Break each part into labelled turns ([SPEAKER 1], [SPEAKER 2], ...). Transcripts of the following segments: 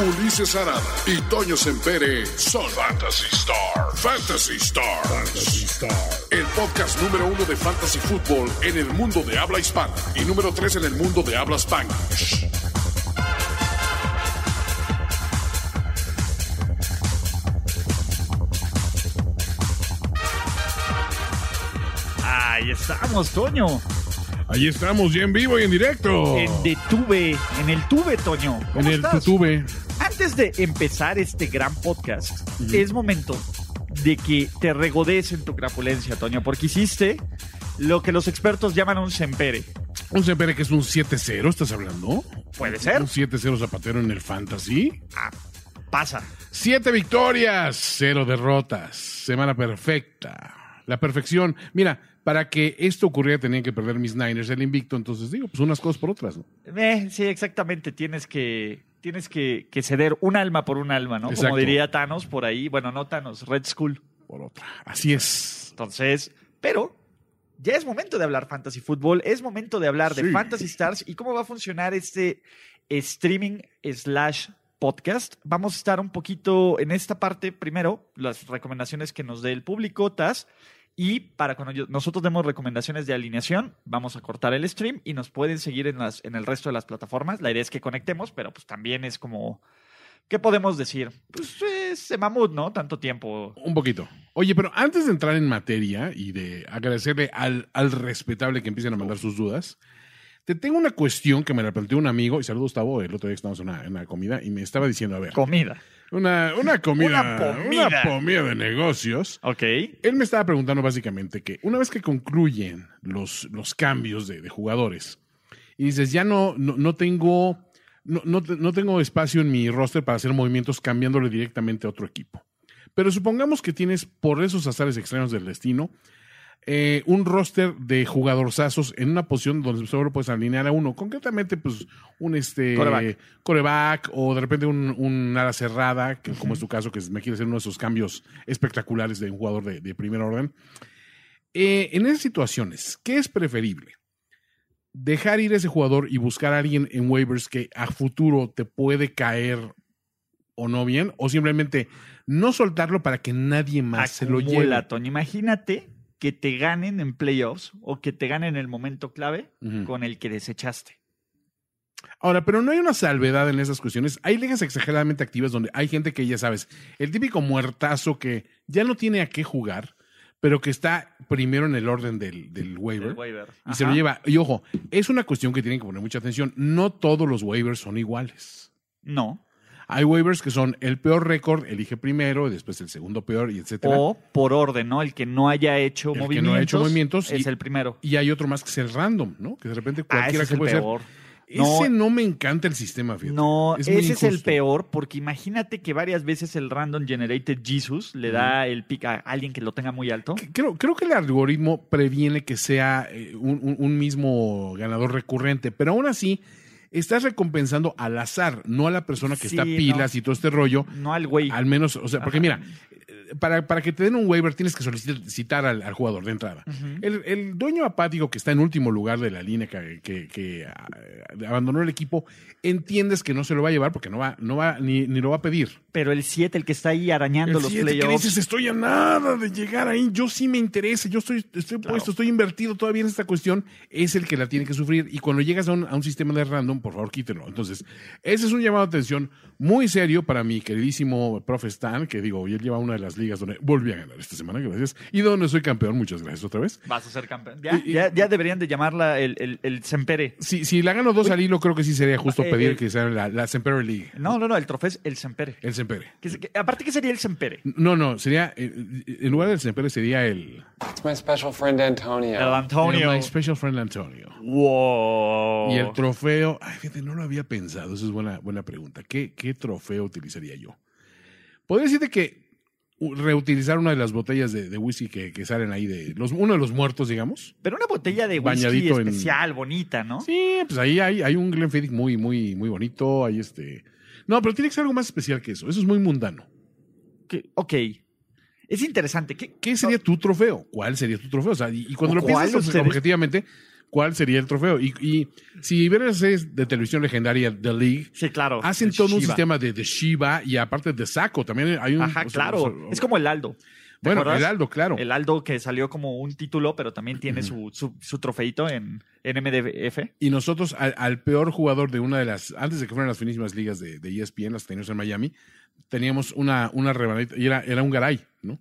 [SPEAKER 1] Ulises Arada y Toño Sempere son Fantasy Star. Fantasy Star. El podcast número uno de Fantasy Football en el mundo de habla hispana y número tres en el mundo de habla hispana.
[SPEAKER 2] Ahí estamos, Toño.
[SPEAKER 3] Ahí estamos, ya en vivo y en directo.
[SPEAKER 2] En de tube, en el tube, Toño. ¿Cómo
[SPEAKER 3] Oh. En el
[SPEAKER 2] estás?
[SPEAKER 3] YouTube.
[SPEAKER 2] Antes de empezar este gran podcast, es momento de que te regodees en tu crapulencia, Toño, porque hiciste lo que los expertos llaman un sempere.
[SPEAKER 3] Un CPR que es un 7-0, ¿estás hablando?
[SPEAKER 2] Puede ser. Ah,
[SPEAKER 3] Un 7-0 zapatero en el fantasy.
[SPEAKER 2] Pasa.
[SPEAKER 3] Siete victorias, cero derrotas. Semana perfecta. La perfección. Mira, para que esto ocurriera tenían que perder mis Niners el invicto. Entonces digo, pues unas cosas por otras, ¿no?
[SPEAKER 2] Eh, sí, exactamente. Tienes que, tienes que, que ceder un alma por un alma, ¿no?
[SPEAKER 3] Exacto.
[SPEAKER 2] Como diría Thanos por ahí. Bueno, no Thanos, Red Skull.
[SPEAKER 3] Por otra. Así es.
[SPEAKER 2] Entonces, pero ya es momento de hablar fantasy fútbol, es momento de hablar de
[SPEAKER 3] Sí.
[SPEAKER 2] fantasy stars y cómo va a funcionar este streaming slash podcast. Vamos a estar un poquito en esta parte primero, las recomendaciones que nos dé el público, TAS. Y para cuando yo- nosotros demos recomendaciones de alineación, vamos a cortar el stream y nos pueden seguir en, las, en el resto de las plataformas. La idea es que conectemos, pero pues también es como, ¿qué podemos decir? Pues es mamut, ¿no? Tanto tiempo.
[SPEAKER 3] Un poquito. Oye, pero antes de entrar en materia y de agradecerle al, al respetable que empiecen a mandar sus dudas, te tengo una cuestión que me la planteó un amigo, y saludos, Tavo, el otro día que estábamos en una, en una comida, y me estaba diciendo, a ver,
[SPEAKER 2] Comida.
[SPEAKER 3] una, una comida,
[SPEAKER 2] Una pomida.
[SPEAKER 3] una pomida de negocios.
[SPEAKER 2] Ok.
[SPEAKER 3] Él me estaba preguntando básicamente que una vez que concluyen los, los cambios de, de jugadores y dices, ya no, no, no tengo... No, no te- no tengo espacio en mi roster para hacer movimientos cambiándole directamente a otro equipo. Pero supongamos que tienes, por esos azares extraños del destino, eh, un roster de jugadorzazos en una posición donde solo puedes alinear a uno. Concretamente, pues, un este
[SPEAKER 2] Coreback.
[SPEAKER 3] coreback, o de repente un, un ala cerrada, que como es tu caso, que me quiere hacer uno de esos cambios espectaculares de un jugador de, de primer orden. Eh, en esas situaciones, ¿qué es preferible? Dejar ir a ese jugador y buscar a alguien en waivers que a futuro te puede caer o no bien, o simplemente no soltarlo para que nadie más se lo
[SPEAKER 2] acumula,
[SPEAKER 3] lleve.
[SPEAKER 2] Toño. Imagínate que te ganen en playoffs o que te ganen en el momento clave
[SPEAKER 3] Ujú.
[SPEAKER 2] con el que desechaste.
[SPEAKER 3] Ahora, pero no hay una salvedad en esas cuestiones. Hay ligas exageradamente activas donde hay gente que ya sabes, el típico muertazo que ya no tiene a qué jugar, pero que está primero en el orden del, del waiver.
[SPEAKER 2] del waiver.
[SPEAKER 3] Y se lo
[SPEAKER 2] Ajá.
[SPEAKER 3] lleva. Y ojo, es una cuestión que tienen que poner mucha atención. No todos los waivers son iguales.
[SPEAKER 2] No.
[SPEAKER 3] Hay waivers que son el peor récord, elige primero, y después el segundo peor, y etcétera.
[SPEAKER 2] O por orden, ¿no? El que no haya hecho
[SPEAKER 3] El que
[SPEAKER 2] movimientos.
[SPEAKER 3] no ha hecho movimientos
[SPEAKER 2] Es
[SPEAKER 3] y-
[SPEAKER 2] el primero.
[SPEAKER 3] Y hay otro más que es el random, ¿no? Que de repente
[SPEAKER 2] Ah, ese
[SPEAKER 3] cualquiera
[SPEAKER 2] es
[SPEAKER 3] que
[SPEAKER 2] el
[SPEAKER 3] puede ser.
[SPEAKER 2] peor. No.
[SPEAKER 3] Ese no me encanta el sistema, fíjate.
[SPEAKER 2] No,
[SPEAKER 3] Es muy
[SPEAKER 2] ese es el
[SPEAKER 3] injusto.
[SPEAKER 2] peor, porque imagínate que varias veces el Random Generated Jesus le da el pick a alguien que lo tenga muy alto.
[SPEAKER 3] Que- Creo, creo que el algoritmo previene que sea eh, un, un- un mismo ganador recurrente, pero aún así estás recompensando al azar, no a la persona que está
[SPEAKER 2] Sí,
[SPEAKER 3] pilas y todo este rollo.
[SPEAKER 2] No al güey.
[SPEAKER 3] Al menos, o sea, porque
[SPEAKER 2] Ajá.
[SPEAKER 3] mira, eh, para, para que te den un waiver tienes que solicitar al, al jugador de entrada. el, el dueño apático que está en último lugar de la línea que, que- que, ah, abandonó el equipo, entiendes que no se lo va a llevar porque no va, no va, ni, ni lo va a pedir.
[SPEAKER 2] Pero el 7, el que está ahí
[SPEAKER 3] El
[SPEAKER 2] arañando los
[SPEAKER 3] siete que
[SPEAKER 2] playoffs.
[SPEAKER 3] dices, estoy a nada de llegar ahí, yo sí me interesa, yo estoy, estoy
[SPEAKER 2] Claro.
[SPEAKER 3] puesto, estoy invertido todavía en esta cuestión, es el que la tiene que sufrir. Y cuando llegas a un, a un sistema de random, usan, por favor quítenlo. Entonces, ese es un llamado de atención muy serio para mi queridísimo profe Stan, que digo, él lleva una de las ligas donde volví a ganar esta semana, gracias, y donde soy campeón, muchas gracias otra vez.
[SPEAKER 2] Vas a ser campeón. Ya,
[SPEAKER 3] Y- y-
[SPEAKER 2] ya, ya deberían de llamarla el, el, el Sempere.
[SPEAKER 3] Si, si la gano dos al hilo, creo que sí sería justo
[SPEAKER 2] Eh, eh.
[SPEAKER 3] pedir que sea la, la Sempere League,
[SPEAKER 2] No, no, no, el trofeo es el Sempere.
[SPEAKER 3] el Sempere.
[SPEAKER 2] Que se- que- aparte, ¿qué sería el Sempere?
[SPEAKER 3] No, no, sería, eh, en lugar del Sempere sería el...
[SPEAKER 4] It's my special friend Antonio.
[SPEAKER 2] El Antonio.
[SPEAKER 3] My special friend Antonio.
[SPEAKER 2] Wow.
[SPEAKER 3] Y el trofeo, ay, fíjate, no lo había pensado, esa es buena, buena pregunta. ¿Qué, qué trofeo utilizaría yo? Podría decirte que u- reutilizar una de las botellas de, de whisky que, que salen ahí, de los, uno de los muertos, digamos.
[SPEAKER 2] Pero una botella de whisky
[SPEAKER 3] Bañadito en-
[SPEAKER 2] especial, bonita, ¿no?
[SPEAKER 3] Sí, pues ahí hay, hay un Glenfiddich muy, muy, muy bonito, hay este... No, pero tiene que ser algo más especial que eso, eso es muy mundano.
[SPEAKER 2] Que- ok. Es interesante. ¿Qué,
[SPEAKER 3] ¿Qué sería tu trofeo? ¿Cuál sería tu trofeo? O sea, y, y cuando lo
[SPEAKER 2] ¿Cuál
[SPEAKER 3] piensas
[SPEAKER 2] ustedes?
[SPEAKER 3] objetivamente, ¿cuál sería el trofeo? Y, y si vieras es de televisión legendaria The League,
[SPEAKER 2] Sí, claro.
[SPEAKER 3] Hacen
[SPEAKER 2] El
[SPEAKER 3] todo un
[SPEAKER 2] Shiva.
[SPEAKER 3] sistema de, de Shiva y aparte de saco. También hay un.
[SPEAKER 2] Ajá,
[SPEAKER 3] o sea,
[SPEAKER 2] claro.
[SPEAKER 3] o sea,
[SPEAKER 2] es como el Aldo. ¿Te
[SPEAKER 3] Bueno,
[SPEAKER 2] acuerdas?
[SPEAKER 3] el Aldo, claro.
[SPEAKER 2] El Aldo que salió como un título, pero también tiene su, su, su trofeito en, en MDF.
[SPEAKER 3] Y nosotros al, al peor jugador de una de las. Antes de que fueran las finísimas ligas de, E de ESPN, las que teníamos en Miami, teníamos una, una rebanadita. Y era, era un garay, ¿no?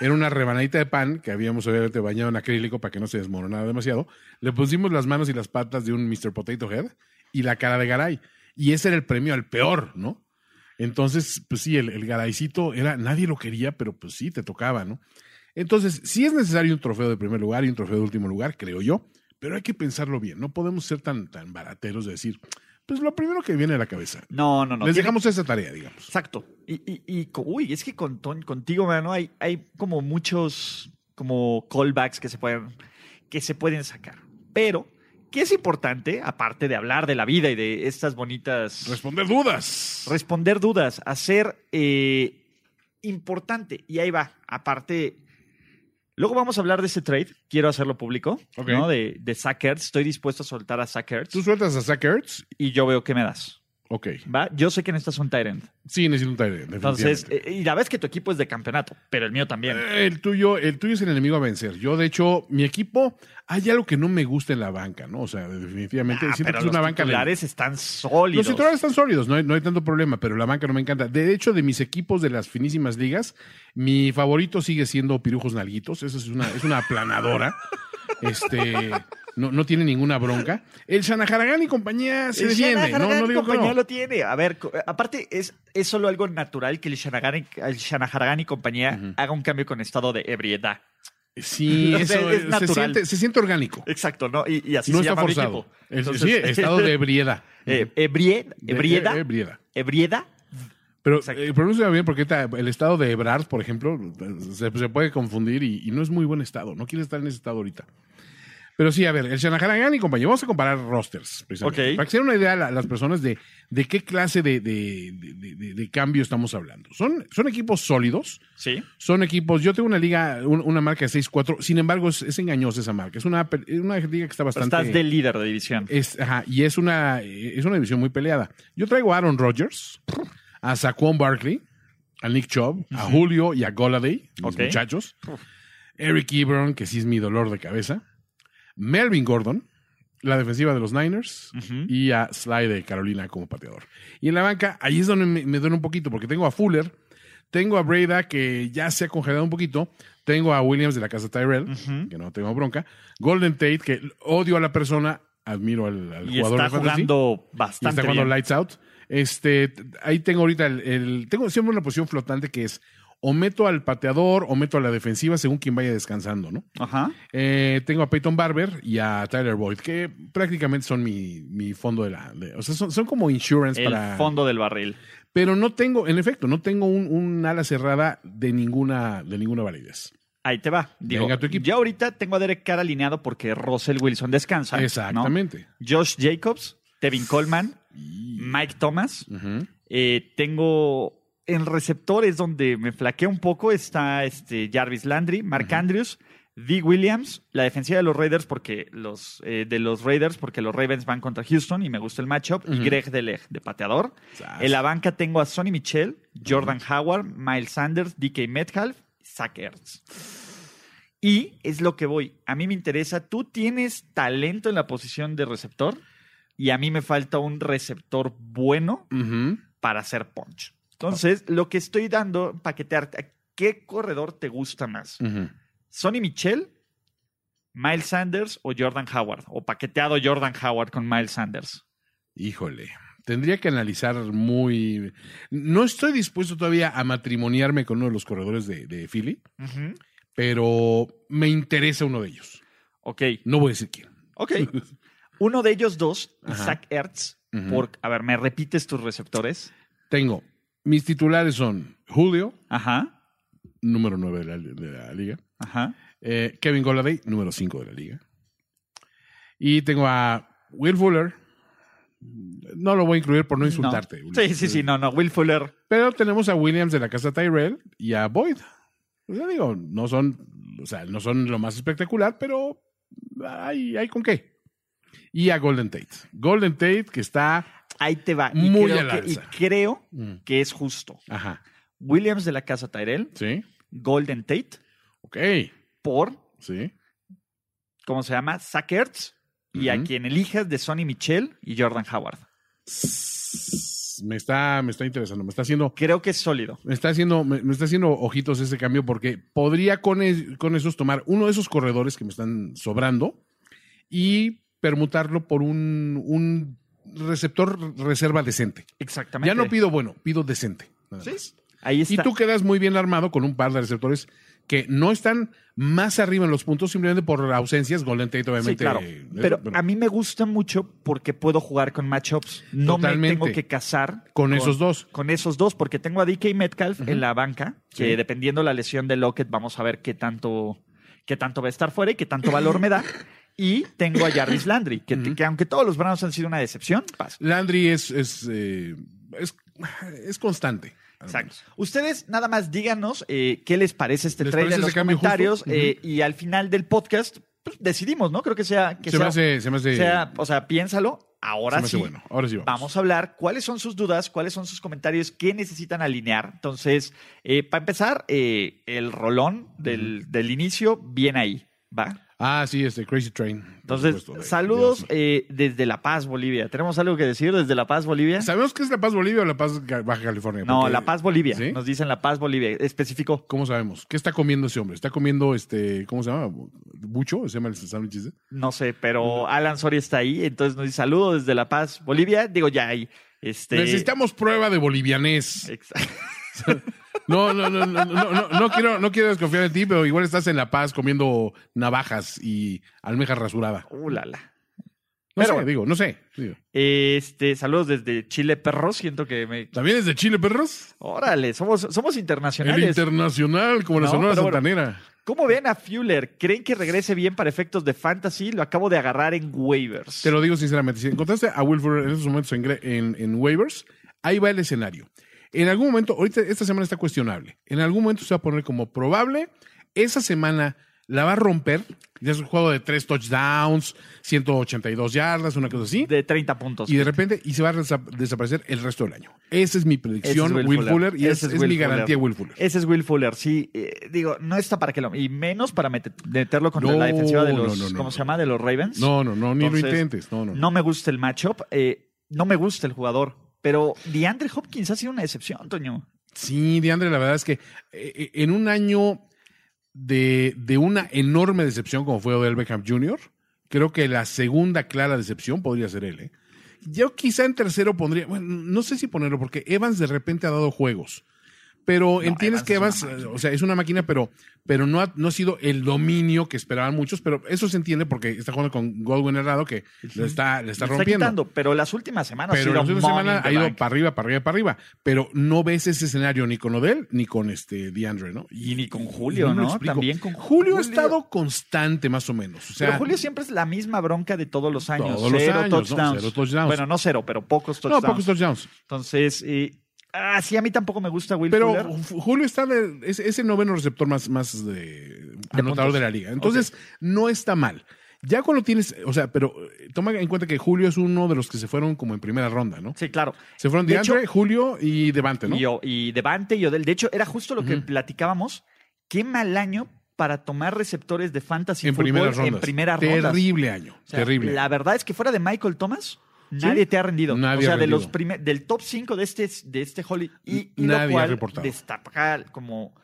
[SPEAKER 3] Era una rebanadita de pan que habíamos obviamente bañado en acrílico para que no se desmoronara demasiado. Le pusimos las manos y las patas de un Mr. Potato Head y la cara de Garay. Y ese era el premio al peor, ¿no? Entonces, pues sí, el, el garaycito era, nadie lo quería, pero pues sí, te tocaba, ¿no? Entonces, sí es necesario un trofeo de primer lugar y un trofeo de último lugar, creo yo, pero hay que pensarlo bien, no podemos ser tan, tan barateros de decir, pues lo primero que viene a la cabeza.
[SPEAKER 2] No, no, no.
[SPEAKER 3] Les
[SPEAKER 2] tiene-
[SPEAKER 3] dejamos esa tarea, digamos.
[SPEAKER 2] Exacto. Y, y, y co- uy, es que con, ton- contigo, mano, hay, hay como muchos como callbacks que se pueden, que se pueden sacar. Pero, ¿qué es importante, aparte de hablar de la vida y de estas bonitas
[SPEAKER 3] Responder dudas.
[SPEAKER 2] responder dudas, hacer eh, importante. Y ahí va, aparte. Luego vamos a hablar de ese trade. Quiero hacerlo público,
[SPEAKER 3] Ok.
[SPEAKER 2] ¿no? De, de Zach Ertz. Estoy dispuesto a soltar a Zach Ertz
[SPEAKER 3] Tú sueltas a Zach Ertz,
[SPEAKER 2] y yo veo qué me das.
[SPEAKER 3] ok.
[SPEAKER 2] ¿Va? Yo sé que necesitas un tight end.
[SPEAKER 3] Sí, necesito un tarea,
[SPEAKER 2] Entonces, eh, y la vez que tu equipo es de campeonato, pero el mío también.
[SPEAKER 3] Eh, El tuyo, el tuyo es el enemigo a vencer. Yo, de hecho, mi equipo, hay algo que no me gusta en la banca, ¿no? O sea, definitivamente
[SPEAKER 2] Ah,
[SPEAKER 3] siento
[SPEAKER 2] pero
[SPEAKER 3] que es una
[SPEAKER 2] los
[SPEAKER 3] banca de-
[SPEAKER 2] titulares están sólidos.
[SPEAKER 3] Los titulares están sólidos, no hay, no hay tanto problema, pero la banca no me encanta. De hecho, de mis equipos de las finísimas ligas, mi favorito sigue siendo Pirujos Nalguitos. Esa es una, es una aplanadora. este, no, no tiene ninguna bronca. El Shanaharagán y compañía se
[SPEAKER 2] El
[SPEAKER 3] defiende. No,
[SPEAKER 2] Shanahan
[SPEAKER 3] no digo que
[SPEAKER 2] compañía
[SPEAKER 3] no.
[SPEAKER 2] lo tiene. A ver, co- aparte es, es solo algo natural que el Shanahan, el Shanahan y compañía haga un cambio con estado de ebriedad.
[SPEAKER 3] Sí,
[SPEAKER 2] O sea,
[SPEAKER 3] eso
[SPEAKER 2] es
[SPEAKER 3] es- se,
[SPEAKER 2] natural.
[SPEAKER 3] siente, se siente orgánico.
[SPEAKER 2] Exacto, ¿no? Y, y así
[SPEAKER 3] no
[SPEAKER 2] se
[SPEAKER 3] está
[SPEAKER 2] llama mi
[SPEAKER 3] forzado.
[SPEAKER 2] equipo.
[SPEAKER 3] Es-
[SPEAKER 2] Entonces,
[SPEAKER 3] sí, estado de ebriedad.
[SPEAKER 2] eh, ebrie-
[SPEAKER 3] De-
[SPEAKER 2] ebriedad,
[SPEAKER 3] eh, ebriedad.
[SPEAKER 2] ebriedad.
[SPEAKER 3] Pero
[SPEAKER 2] Exacto.
[SPEAKER 3] eh, pronúncialo bien porque ta- el estado de Ebrard, por ejemplo, se, se puede confundir y, y no es muy buen estado. No quiere estar en ese estado ahorita. Pero sí, a ver, el Shanahan y compañía. Vamos a comparar rosters. precisamente,
[SPEAKER 2] Ok.
[SPEAKER 3] Para que se den una idea a la- las personas de, de qué clase de, de- de- de- de cambio estamos hablando. Son, son equipos sólidos.
[SPEAKER 2] Sí.
[SPEAKER 3] Son equipos. Yo tengo una liga, un- una marca de 6-4. Sin embargo, es, es engañosa esa marca. Es una, pe- una liga que está
[SPEAKER 2] Pero
[SPEAKER 3] bastante. Eh,
[SPEAKER 2] estás de líder de división.
[SPEAKER 3] Es, ajá, y es una, eh, es una división muy peleada. Yo traigo a Aaron Rodgers, a Saquon Barkley, a Nick Chubb, a Julio y a Goladay, los
[SPEAKER 2] Ok.
[SPEAKER 3] muchachos. Eric Ebron, que sí es mi dolor de cabeza. Melvin Gordon, la defensiva de los Niners.
[SPEAKER 2] Ujú.
[SPEAKER 3] Y a Sly de Carolina como pateador. Y en la banca, ahí es donde me, me duele un poquito, porque tengo a Fuller, tengo a Breda, que ya se ha congelado un poquito. Tengo a Williams de la casa Tyrell,
[SPEAKER 2] Ujú.
[SPEAKER 3] que no tengo bronca. Golden Tate, que odio a la persona, admiro al, al
[SPEAKER 2] Y
[SPEAKER 3] jugador
[SPEAKER 2] está
[SPEAKER 3] de fantasy.
[SPEAKER 2] jugando
[SPEAKER 3] Y está
[SPEAKER 2] bastante
[SPEAKER 3] jugando
[SPEAKER 2] bien.
[SPEAKER 3] Lights Out. Este, t- ahí tengo ahorita el, el- Tengo siempre una posición flotante que es o meto al pateador o meto a la defensiva según quien vaya descansando, ¿no?
[SPEAKER 2] Ajá.
[SPEAKER 3] Eh, tengo a Peyton Barber y a Tyler Boyd, que prácticamente son mi, mi fondo de la. de- o sea, son, son como insurance
[SPEAKER 2] El
[SPEAKER 3] para.
[SPEAKER 2] fondo del barril.
[SPEAKER 3] Pero no tengo, en efecto, no tengo un, un ala cerrada de ninguna, de ninguna validez.
[SPEAKER 2] Ahí te va. Digo,
[SPEAKER 3] Venga, tu equipo.
[SPEAKER 2] Yo ahorita tengo a Derek Carr alineado porque Russell Wilson descansa. ¿no?
[SPEAKER 3] Exactamente.
[SPEAKER 2] Josh Jacobs, Tevin Coleman, Mike Thomas.
[SPEAKER 3] Ujú.
[SPEAKER 2] Eh, tengo en receptores donde me flaquea un poco está este Jarvis Landry, Mark Andrews, Dee Williams, la defensiva de los Raiders porque los eh, de los Raiders porque los Ravens van contra Houston y me gusta el matchup y Greg Deleg de pateador.
[SPEAKER 3] Sas.
[SPEAKER 2] En la banca tengo a Sonny Michel, Jordan Howard, Miles Sanders, DK Metcalf, Zach Ertz. Y es lo que voy. A mí me interesa. ¿Tú tienes talento en la posición de receptor? y a mí me falta un receptor bueno
[SPEAKER 3] Ujú.
[SPEAKER 2] para hacer punch. Entonces, lo que estoy dando, paquetearte, ¿a ¿qué corredor te gusta más?
[SPEAKER 3] Ujú.
[SPEAKER 2] ¿Sonny Michel, Miles Sanders o Jordan Howard? O paqueteado Jordan Howard con Miles Sanders.
[SPEAKER 3] Híjole. Tendría que analizar muy. No estoy dispuesto todavía a matrimoniarme con uno de los corredores de, de Philly,
[SPEAKER 2] Ujú.
[SPEAKER 3] pero me interesa uno de ellos.
[SPEAKER 2] Ok,
[SPEAKER 3] No voy a decir quién.
[SPEAKER 2] ok. Uno de ellos dos,
[SPEAKER 3] Ajá.
[SPEAKER 2] Isaac Ertz,
[SPEAKER 3] Ujú.
[SPEAKER 2] por, a ver, ¿me repites tus receptores?
[SPEAKER 3] Tengo. Mis titulares son Julio,
[SPEAKER 2] Ajá,
[SPEAKER 3] número 9 de la, de la liga.
[SPEAKER 2] ajá.
[SPEAKER 3] Eh, Kevin Golladay, número 5 de la liga. Y tengo a Will Fuller. No lo voy a incluir por no insultarte.
[SPEAKER 2] No. Sí,
[SPEAKER 3] Ulises.
[SPEAKER 2] sí, sí, no, no. Will Fuller,
[SPEAKER 3] Pero tenemos a Williams de la casa Tyrell y a Boyd. Yo digo, no son, o sea, no son lo más espectacular, pero hay, hay con qué. Y a Golden Tate. Golden Tate que está.
[SPEAKER 2] ahí te va.
[SPEAKER 3] Muy
[SPEAKER 2] creo
[SPEAKER 3] al
[SPEAKER 2] que, y
[SPEAKER 3] alza.
[SPEAKER 2] creo
[SPEAKER 3] mm,
[SPEAKER 2] que es justo.
[SPEAKER 3] Ajá.
[SPEAKER 2] Williams de la casa Tyrell,
[SPEAKER 3] Sí.
[SPEAKER 2] Golden Tate,
[SPEAKER 3] Ok.
[SPEAKER 2] por,
[SPEAKER 3] Sí.
[SPEAKER 2] ¿cómo se llama? Zach Ertz, y a
[SPEAKER 3] Ujú.
[SPEAKER 2] quien elijas de Sonny Michel y Jordan Howard.
[SPEAKER 3] Me está, me está interesando. Me está haciendo
[SPEAKER 2] Creo que es sólido.
[SPEAKER 3] Me está haciendo, me, me está haciendo ojitos ese cambio porque podría con, es- con esos tomar uno de esos corredores que me están sobrando y permutarlo por un, un receptor reserva decente.
[SPEAKER 2] Exactamente.
[SPEAKER 3] Ya no pido bueno, pido decente. nada
[SPEAKER 2] Sí.
[SPEAKER 3] más.
[SPEAKER 2] Ahí
[SPEAKER 3] Y
[SPEAKER 2] está.
[SPEAKER 3] tú quedas muy bien armado con un par de receptores que no están más arriba en los puntos simplemente por ausencias. Golden Tate
[SPEAKER 2] Sí,
[SPEAKER 3] obviamente.
[SPEAKER 2] claro.
[SPEAKER 3] eh,
[SPEAKER 2] Pero
[SPEAKER 3] bueno,
[SPEAKER 2] a mí me gusta mucho porque puedo jugar con matchups. No
[SPEAKER 3] Totalmente.
[SPEAKER 2] me tengo que casar
[SPEAKER 3] Con esos dos.
[SPEAKER 2] Con esos dos, porque tengo a DK Metcalf en la banca, que
[SPEAKER 3] Sí.
[SPEAKER 2] dependiendo la lesión de Lockett, vamos a ver qué tanto, qué tanto va a estar fuera y qué tanto valor me da. Y tengo a Jarvis Landry, que, que aunque todos los Browns han sido una decepción, pasa.
[SPEAKER 3] Landry es, es, eh, es, es constante.
[SPEAKER 2] Exacto. Ustedes nada más díganos eh, qué les parece este
[SPEAKER 3] ¿Les
[SPEAKER 2] trailer
[SPEAKER 3] parece
[SPEAKER 2] en
[SPEAKER 3] ese
[SPEAKER 2] los
[SPEAKER 3] cambio justo?
[SPEAKER 2] comentarios eh, y al final del podcast pues, decidimos, ¿no? Creo que sea que
[SPEAKER 3] se, me
[SPEAKER 2] sea,
[SPEAKER 3] hace, se me hace-
[SPEAKER 2] sea- o sea, piénsalo. Ahora
[SPEAKER 3] se me hace
[SPEAKER 2] sí,
[SPEAKER 3] bueno. Ahora sí vamos.
[SPEAKER 2] vamos a hablar cuáles son sus dudas, cuáles son sus comentarios, qué necesitan alinear. Entonces, eh, para empezar, eh, el rolón del, del inicio viene ahí, ¿va?
[SPEAKER 3] Ah, sí, este Crazy Train. por
[SPEAKER 2] Entonces,
[SPEAKER 3] supuesto, de-
[SPEAKER 2] saludos
[SPEAKER 3] de Osma.
[SPEAKER 2] eh, desde La Paz, Bolivia. ¿Tenemos algo que decir desde La Paz, Bolivia?
[SPEAKER 3] ¿Sabemos qué es La Paz Bolivia o La Paz Ga- Baja California?
[SPEAKER 2] No,
[SPEAKER 3] Porque-
[SPEAKER 2] La Paz, Bolivia.
[SPEAKER 3] ¿Sí?
[SPEAKER 2] Nos dicen La Paz, Bolivia. Especificó.
[SPEAKER 3] ¿Cómo sabemos? ¿Qué está comiendo ese hombre? ¿Está comiendo este, ¿cómo se llama? ¿Bucho? ¿Se llama el sándwich ese?
[SPEAKER 2] No sé, pero Alan Soria está ahí, entonces nos dice saludo desde La Paz, Bolivia. Digo, ya ahí. Este,
[SPEAKER 3] Necesitamos prueba de bolivianés.
[SPEAKER 2] Ex-
[SPEAKER 3] No, no, no, no, no, no, no quiero, no quiero desconfiar de ti, pero igual estás en La Paz comiendo navajas y almeja rasurada.
[SPEAKER 2] Uh, la, la.
[SPEAKER 3] No
[SPEAKER 2] Pero
[SPEAKER 3] sé,
[SPEAKER 2] bueno.
[SPEAKER 3] digo, no sé. digo.
[SPEAKER 2] Este, saludos desde Chile, perro. Siento que me.
[SPEAKER 3] ¿También es de Chile, perros?
[SPEAKER 2] Órale, somos, somos
[SPEAKER 3] El
[SPEAKER 2] internacionales.
[SPEAKER 3] internacional, como la
[SPEAKER 2] No,
[SPEAKER 3] Sonora
[SPEAKER 2] pero bueno.
[SPEAKER 3] Santanera.
[SPEAKER 2] ¿Cómo ven a Fuller? ¿Creen que regrese bien para efectos de fantasy? Lo acabo de agarrar en waivers.
[SPEAKER 3] Te lo digo sinceramente, si encontraste a Will Fuller en esos momentos en, gre- en- en waivers, ahí va el escenario. En algún momento, ahorita esta semana está cuestionable, en algún momento se va a poner como probable, esa semana la va a romper, ya es un juego de tres touchdowns, 182 yardas, una cosa así,
[SPEAKER 2] De 30 puntos.
[SPEAKER 3] y de repente y se va a desa- desaparecer el resto del año. Esa es mi predicción,
[SPEAKER 2] Ese es
[SPEAKER 3] Will, Fuller, y
[SPEAKER 2] Ese
[SPEAKER 3] es, es
[SPEAKER 2] Will
[SPEAKER 3] mi
[SPEAKER 2] Fuller.
[SPEAKER 3] garantía Will Fuller.
[SPEAKER 2] Ese es Will Fuller, sí. Eh, digo, no está para que lo. Y menos para mete- meterlo contra
[SPEAKER 3] No,
[SPEAKER 2] la defensiva de los.
[SPEAKER 3] no, no, no,
[SPEAKER 2] ¿Cómo
[SPEAKER 3] no.
[SPEAKER 2] se llama? De los Ravens.
[SPEAKER 3] No, no, no, ni lo
[SPEAKER 2] Entonces,
[SPEAKER 3] intentes, no, no.
[SPEAKER 2] No me gusta el matchup. eh, no me gusta el jugador. Pero DeAndre Hopkins ha sido una excepción, Toño.
[SPEAKER 3] Sí, Diandre, la verdad es que eh, eh, en un año de, de una enorme decepción como fue Odell Beckham Jr., creo que la segunda clara decepción podría ser él. ¿eh? Yo quizá en tercero pondría, bueno, no sé si ponerlo porque Evans de repente ha dado juegos. Pero entiendes que
[SPEAKER 2] Evans es
[SPEAKER 3] Evans, eh, o sea, es una máquina, pero, pero no, ha, no ha sido el dominio que esperaban muchos, pero eso se entiende porque está jugando con Godwin Herrado que le está, le está
[SPEAKER 2] Le
[SPEAKER 3] rompiendo.
[SPEAKER 2] quitando, pero las últimas semanas
[SPEAKER 3] Pero
[SPEAKER 2] ha
[SPEAKER 3] la
[SPEAKER 2] sido
[SPEAKER 3] última
[SPEAKER 2] money
[SPEAKER 3] semana
[SPEAKER 2] in the
[SPEAKER 3] ha ido
[SPEAKER 2] bank.
[SPEAKER 3] para arriba, para arriba, para arriba. Pero no ves ese escenario ni con Odell ni con este DeAndre, ¿no?
[SPEAKER 2] Y ni con Julio,
[SPEAKER 3] me lo
[SPEAKER 2] ¿no?
[SPEAKER 3] explico.
[SPEAKER 2] También con
[SPEAKER 3] Julio.
[SPEAKER 2] Julio.
[SPEAKER 3] ha estado constante, más o menos. O sea,
[SPEAKER 2] pero Julio siempre es la misma bronca de todos los años.
[SPEAKER 3] Todos los
[SPEAKER 2] cero,
[SPEAKER 3] años, ¿no?
[SPEAKER 2] touchdowns.
[SPEAKER 3] Cero touchdowns.
[SPEAKER 2] Bueno, no cero, pero pocos
[SPEAKER 3] no,
[SPEAKER 2] touchdowns.
[SPEAKER 3] pocos touchdowns.
[SPEAKER 2] Entonces, eh, ah, sí, a mí tampoco me gusta Will
[SPEAKER 3] Pero
[SPEAKER 2] Fuller.
[SPEAKER 3] Ju- Julio está de- es, es el noveno receptor más, más de, anotador
[SPEAKER 2] puntos.
[SPEAKER 3] de la liga. Entonces, no está mal. Ya cuando tienes, o sea, pero eh, toma en cuenta que Julio es uno de los que se fueron como en primera ronda, ¿no?
[SPEAKER 2] Sí, claro.
[SPEAKER 3] Se fueron
[SPEAKER 2] De
[SPEAKER 3] DeAndre,
[SPEAKER 2] hecho-
[SPEAKER 3] Julio y Devante, ¿no?
[SPEAKER 2] Y, o- y Devante y Odell. De hecho, era justo lo que platicábamos. Qué mal año para tomar receptores de fantasy
[SPEAKER 3] en
[SPEAKER 2] fútbol
[SPEAKER 3] primeras rondas.
[SPEAKER 2] en primera ronda.
[SPEAKER 3] Terrible año. terrible.
[SPEAKER 2] La verdad es que fuera de Michael Thomas, Nadie te ha rendido.
[SPEAKER 3] Nadie
[SPEAKER 2] o sea,
[SPEAKER 3] ha
[SPEAKER 2] de
[SPEAKER 3] rendido.
[SPEAKER 2] los prime- del top 5 de este, de este Holly. Y, y
[SPEAKER 3] Nadie ha
[SPEAKER 2] lo cual
[SPEAKER 3] reportado.
[SPEAKER 2] destaca como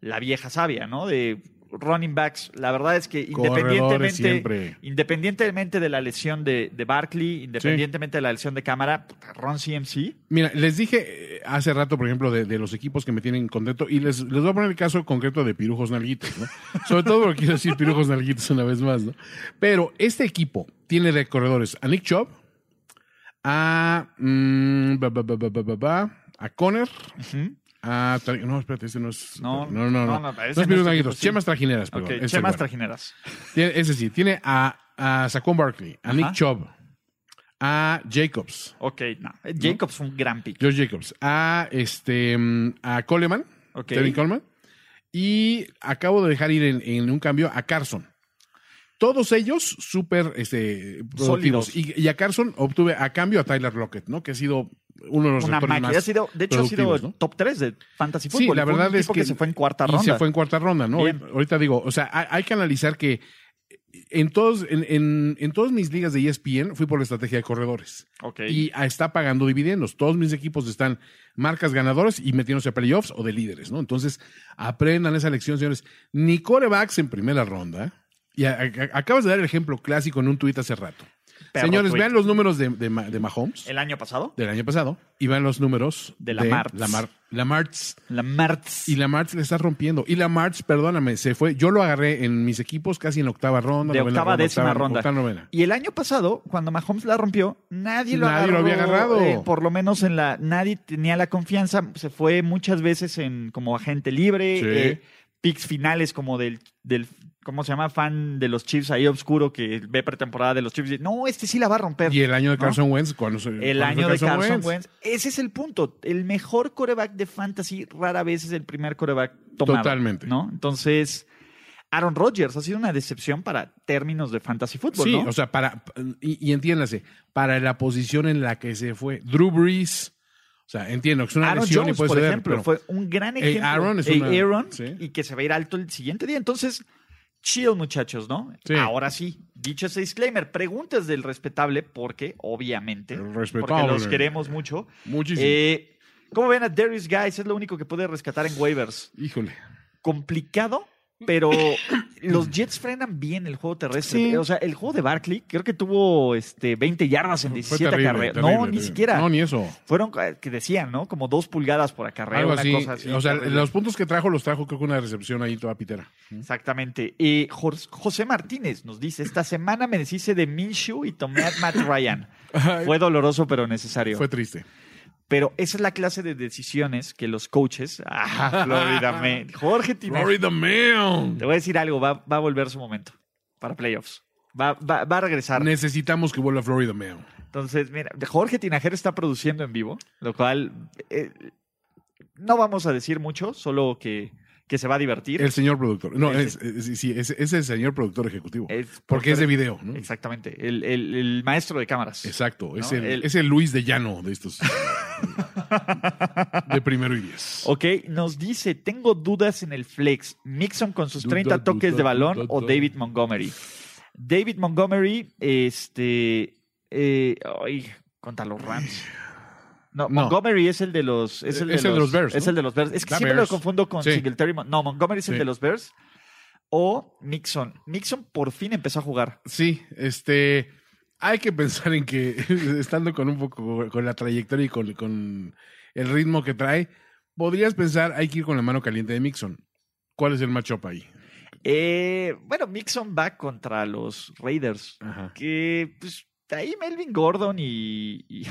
[SPEAKER 2] la vieja sabia, ¿no? De running backs. La verdad es que
[SPEAKER 3] Corredores
[SPEAKER 2] independientemente,
[SPEAKER 3] siempre.
[SPEAKER 2] independientemente de la lesión de, de Barkley, independientemente de la lesión de cámara, puta, Ron CMC.
[SPEAKER 3] Mira, les dije eh, hace rato, por ejemplo, de, de los equipos que me tienen contento, y les, les voy a poner el caso concreto de Pirujos Nalguitos, ¿no? Sobre todo porque quiero decir Pirujos Nalguitos una vez más, ¿no? Pero este equipo tiene de corredores a Nick Chubb, a. mm, ba, ba, ba, ba, ba, ba, ba, a Conner, a. Tar- No, espérate, ese no es.
[SPEAKER 2] No,
[SPEAKER 3] No, no, no. No,
[SPEAKER 2] no, no, ese
[SPEAKER 3] es
[SPEAKER 2] no es
[SPEAKER 3] Pirujos
[SPEAKER 2] tu
[SPEAKER 3] Nalguitos,
[SPEAKER 2] equipo, sí.
[SPEAKER 3] Chemas Trajineras, perdón.
[SPEAKER 2] Ok,
[SPEAKER 3] ese
[SPEAKER 2] Chemas
[SPEAKER 3] bueno.
[SPEAKER 2] Trajineras.
[SPEAKER 3] Tiene- Ese sí, tiene a, a Saquon Barkley, a Nick Chubb, a Jacobs.
[SPEAKER 2] Ok, no. eh, Jacobs fue un gran pick.
[SPEAKER 3] George Jacobs, a este mm, a Coleman,
[SPEAKER 2] Ok.
[SPEAKER 3] Tevin Coleman, y acabo de dejar ir en, en un cambio a Carson. Todos ellos súper este, productivos.
[SPEAKER 2] Sólidos.
[SPEAKER 3] Y, y a Carson obtuve a cambio a Tyler Lockett, ¿no? Que ha sido uno de los
[SPEAKER 2] Una
[SPEAKER 3] receptores
[SPEAKER 2] máquina.
[SPEAKER 3] más
[SPEAKER 2] Ha sido, de hecho, ha sido
[SPEAKER 3] productivos, ¿no?
[SPEAKER 2] top 3 de Fantasy
[SPEAKER 3] Sí,
[SPEAKER 2] Football.
[SPEAKER 3] la
[SPEAKER 2] Fue un
[SPEAKER 3] verdad es
[SPEAKER 2] tipo
[SPEAKER 3] que,
[SPEAKER 2] se fue en cuarta
[SPEAKER 3] y
[SPEAKER 2] ronda.
[SPEAKER 3] se fue en cuarta ronda, ¿no?
[SPEAKER 2] Bien.
[SPEAKER 3] Ahorita digo, o sea, hay, hay que analizar que en todos en, en, en todas mis ligas de E ESPN fui por la estrategia de corredores.
[SPEAKER 2] Ok.
[SPEAKER 3] Y ah, está pagando dividendos. Todos mis equipos están marcas ganadoras y metiéndose a playoffs o de líderes, ¿no? Entonces, aprendan esa lección, señores. Ni corebacks en primera ronda. Y a- a- acabas de dar el ejemplo clásico en un tuit hace rato.
[SPEAKER 2] Perro
[SPEAKER 3] señores,
[SPEAKER 2] tuit.
[SPEAKER 3] vean los números de, de, Ma- de Mahomes
[SPEAKER 2] El año pasado.
[SPEAKER 3] del año pasado y vean los números
[SPEAKER 2] De Lamart's.
[SPEAKER 3] Lamar, Lamart's.
[SPEAKER 2] La Martz.
[SPEAKER 3] Y la March le está rompiendo. Y la March, perdóname, se fue. Yo lo agarré en mis equipos casi en octava ronda.
[SPEAKER 2] de
[SPEAKER 3] novena
[SPEAKER 2] octava
[SPEAKER 3] ronda,
[SPEAKER 2] décima
[SPEAKER 3] octava-
[SPEAKER 2] ronda.
[SPEAKER 3] octava, novena.
[SPEAKER 2] Y el año pasado, cuando Mahomes la rompió, nadie lo
[SPEAKER 3] Nadie
[SPEAKER 2] agarró,
[SPEAKER 3] lo había agarrado.
[SPEAKER 2] eh, por lo menos en la, nadie tenía la confianza. Se fue muchas veces en como agente libre,
[SPEAKER 3] Sí.
[SPEAKER 2] eh, picks finales como del, del, ¿cómo se llama? Fan de los Chiefs ahí obscuro que ve pretemporada de los Chiefs. y, No, este sí la va a romper.
[SPEAKER 3] Y el año de
[SPEAKER 2] ¿No?
[SPEAKER 3] Carson Wentz, cuando se-
[SPEAKER 2] El
[SPEAKER 3] cuando
[SPEAKER 2] año
[SPEAKER 3] fue
[SPEAKER 2] de Carson Wentz. Ese es el punto. El mejor coreback de fantasy rara vez es el primer coreback tomado.
[SPEAKER 3] Totalmente.
[SPEAKER 2] ¿no? Entonces, Aaron Rodgers ha sido una decepción para términos de fantasy fútbol,
[SPEAKER 3] Sí,
[SPEAKER 2] Pues, ¿no?
[SPEAKER 3] o sea, para, y, y entiéndase, para la posición en la que se fue. Drew Brees, o sea, entiendo que es una
[SPEAKER 2] Aaron
[SPEAKER 3] lesión
[SPEAKER 2] Jones,
[SPEAKER 3] y puede
[SPEAKER 2] por
[SPEAKER 3] ceder,
[SPEAKER 2] ejemplo,
[SPEAKER 3] pero
[SPEAKER 2] fue un gran
[SPEAKER 3] Eh,
[SPEAKER 2] ejemplo.
[SPEAKER 3] Aaron es
[SPEAKER 2] Eh,
[SPEAKER 3] una-
[SPEAKER 2] Aaron,
[SPEAKER 3] sí.
[SPEAKER 2] y que se va a ir alto el siguiente día. Entonces, chill, muchachos, ¿no?
[SPEAKER 3] Sí.
[SPEAKER 2] Ahora sí, dicho ese disclaimer, preguntas del respetable, porque obviamente,
[SPEAKER 3] El
[SPEAKER 2] porque
[SPEAKER 3] respetable.
[SPEAKER 2] los queremos mucho.
[SPEAKER 3] Muchísimo.
[SPEAKER 2] Eh, ¿Cómo ven a Darius Guys? Es lo único que puede rescatar en waivers.
[SPEAKER 3] Híjole.
[SPEAKER 2] Complicado, pero los Jets frenan bien el juego terrestre.
[SPEAKER 3] Sí.
[SPEAKER 2] O sea, el juego de Barkley creo que tuvo este, 20 yardas en
[SPEAKER 3] Fue
[SPEAKER 2] 17
[SPEAKER 3] terrible,
[SPEAKER 2] carreras.
[SPEAKER 3] terrible,
[SPEAKER 2] no, ni
[SPEAKER 3] terrible.
[SPEAKER 2] siquiera
[SPEAKER 3] No, ni eso.
[SPEAKER 2] fueron eh, que decían, ¿no? Como dos pulgadas por acarreo,
[SPEAKER 3] Algo
[SPEAKER 2] una
[SPEAKER 3] así.
[SPEAKER 2] cosa así.
[SPEAKER 3] O sea,
[SPEAKER 2] Horrible.
[SPEAKER 3] los puntos que trajo, los trajo creo que una recepción ahí toda pitera.
[SPEAKER 2] Exactamente. Eh, Jor- José Martínez nos dice, esta semana me deshice de Minshew y tomé a Matt Ryan. Fue doloroso, pero necesario.
[SPEAKER 3] Fue triste.
[SPEAKER 2] Pero esa es la clase de decisiones que los coaches... Ah, Florida Man. Jorge Tinajero.
[SPEAKER 3] Florida Man.
[SPEAKER 2] Te voy a decir algo, va, va a volver su momento para playoffs. Va, va, va a regresar.
[SPEAKER 3] Necesitamos que vuelva Florida Man.
[SPEAKER 2] Entonces, mira, Jorge Tinajero está produciendo en vivo, lo cual eh, no vamos a decir mucho, solo que, que se va a divertir.
[SPEAKER 3] El señor productor. No,
[SPEAKER 2] El-
[SPEAKER 3] es, es- sí, sí, es, es el señor productor ejecutivo.
[SPEAKER 2] Es-
[SPEAKER 3] porque es de video, ¿no?
[SPEAKER 2] Exactamente. Eh, El, el- el maestro de cámaras.
[SPEAKER 3] Exacto. Es,
[SPEAKER 2] ¿No?
[SPEAKER 3] el,
[SPEAKER 2] El-
[SPEAKER 3] es el Luis de Llano de estos. de primero y diez.
[SPEAKER 2] Ok, nos dice, tengo dudas en el flex. Mixon con sus
[SPEAKER 3] Duda,
[SPEAKER 2] 30 toques
[SPEAKER 3] duda,
[SPEAKER 2] de balón
[SPEAKER 3] duda,
[SPEAKER 2] o
[SPEAKER 3] duda.
[SPEAKER 2] David Montgomery. David Montgomery, este... eh, ay, contra los Rams. No,
[SPEAKER 3] No.
[SPEAKER 2] Montgomery es el de los... Es el de, los,
[SPEAKER 3] Bears,
[SPEAKER 2] Es
[SPEAKER 3] ¿no?
[SPEAKER 2] el de los Bears. Es que
[SPEAKER 3] Da
[SPEAKER 2] siempre
[SPEAKER 3] Bears.
[SPEAKER 2] lo confundo con
[SPEAKER 3] Sí.
[SPEAKER 2] Singletary. Mon- No, Montgomery es el
[SPEAKER 3] Sí.
[SPEAKER 2] de los Bears. O Mixon. Mixon por fin empezó a jugar.
[SPEAKER 3] Sí, este. Hay que pensar en que, estando con un poco con la trayectoria y con, con el ritmo que trae, podrías pensar, hay que ir con la mano caliente de Mixon. ¿Cuál es el matchup ahí?
[SPEAKER 2] Eh, bueno, Mixon va contra los Raiders.
[SPEAKER 3] Ajá.
[SPEAKER 2] que pues ahí Melvin Gordon y, y-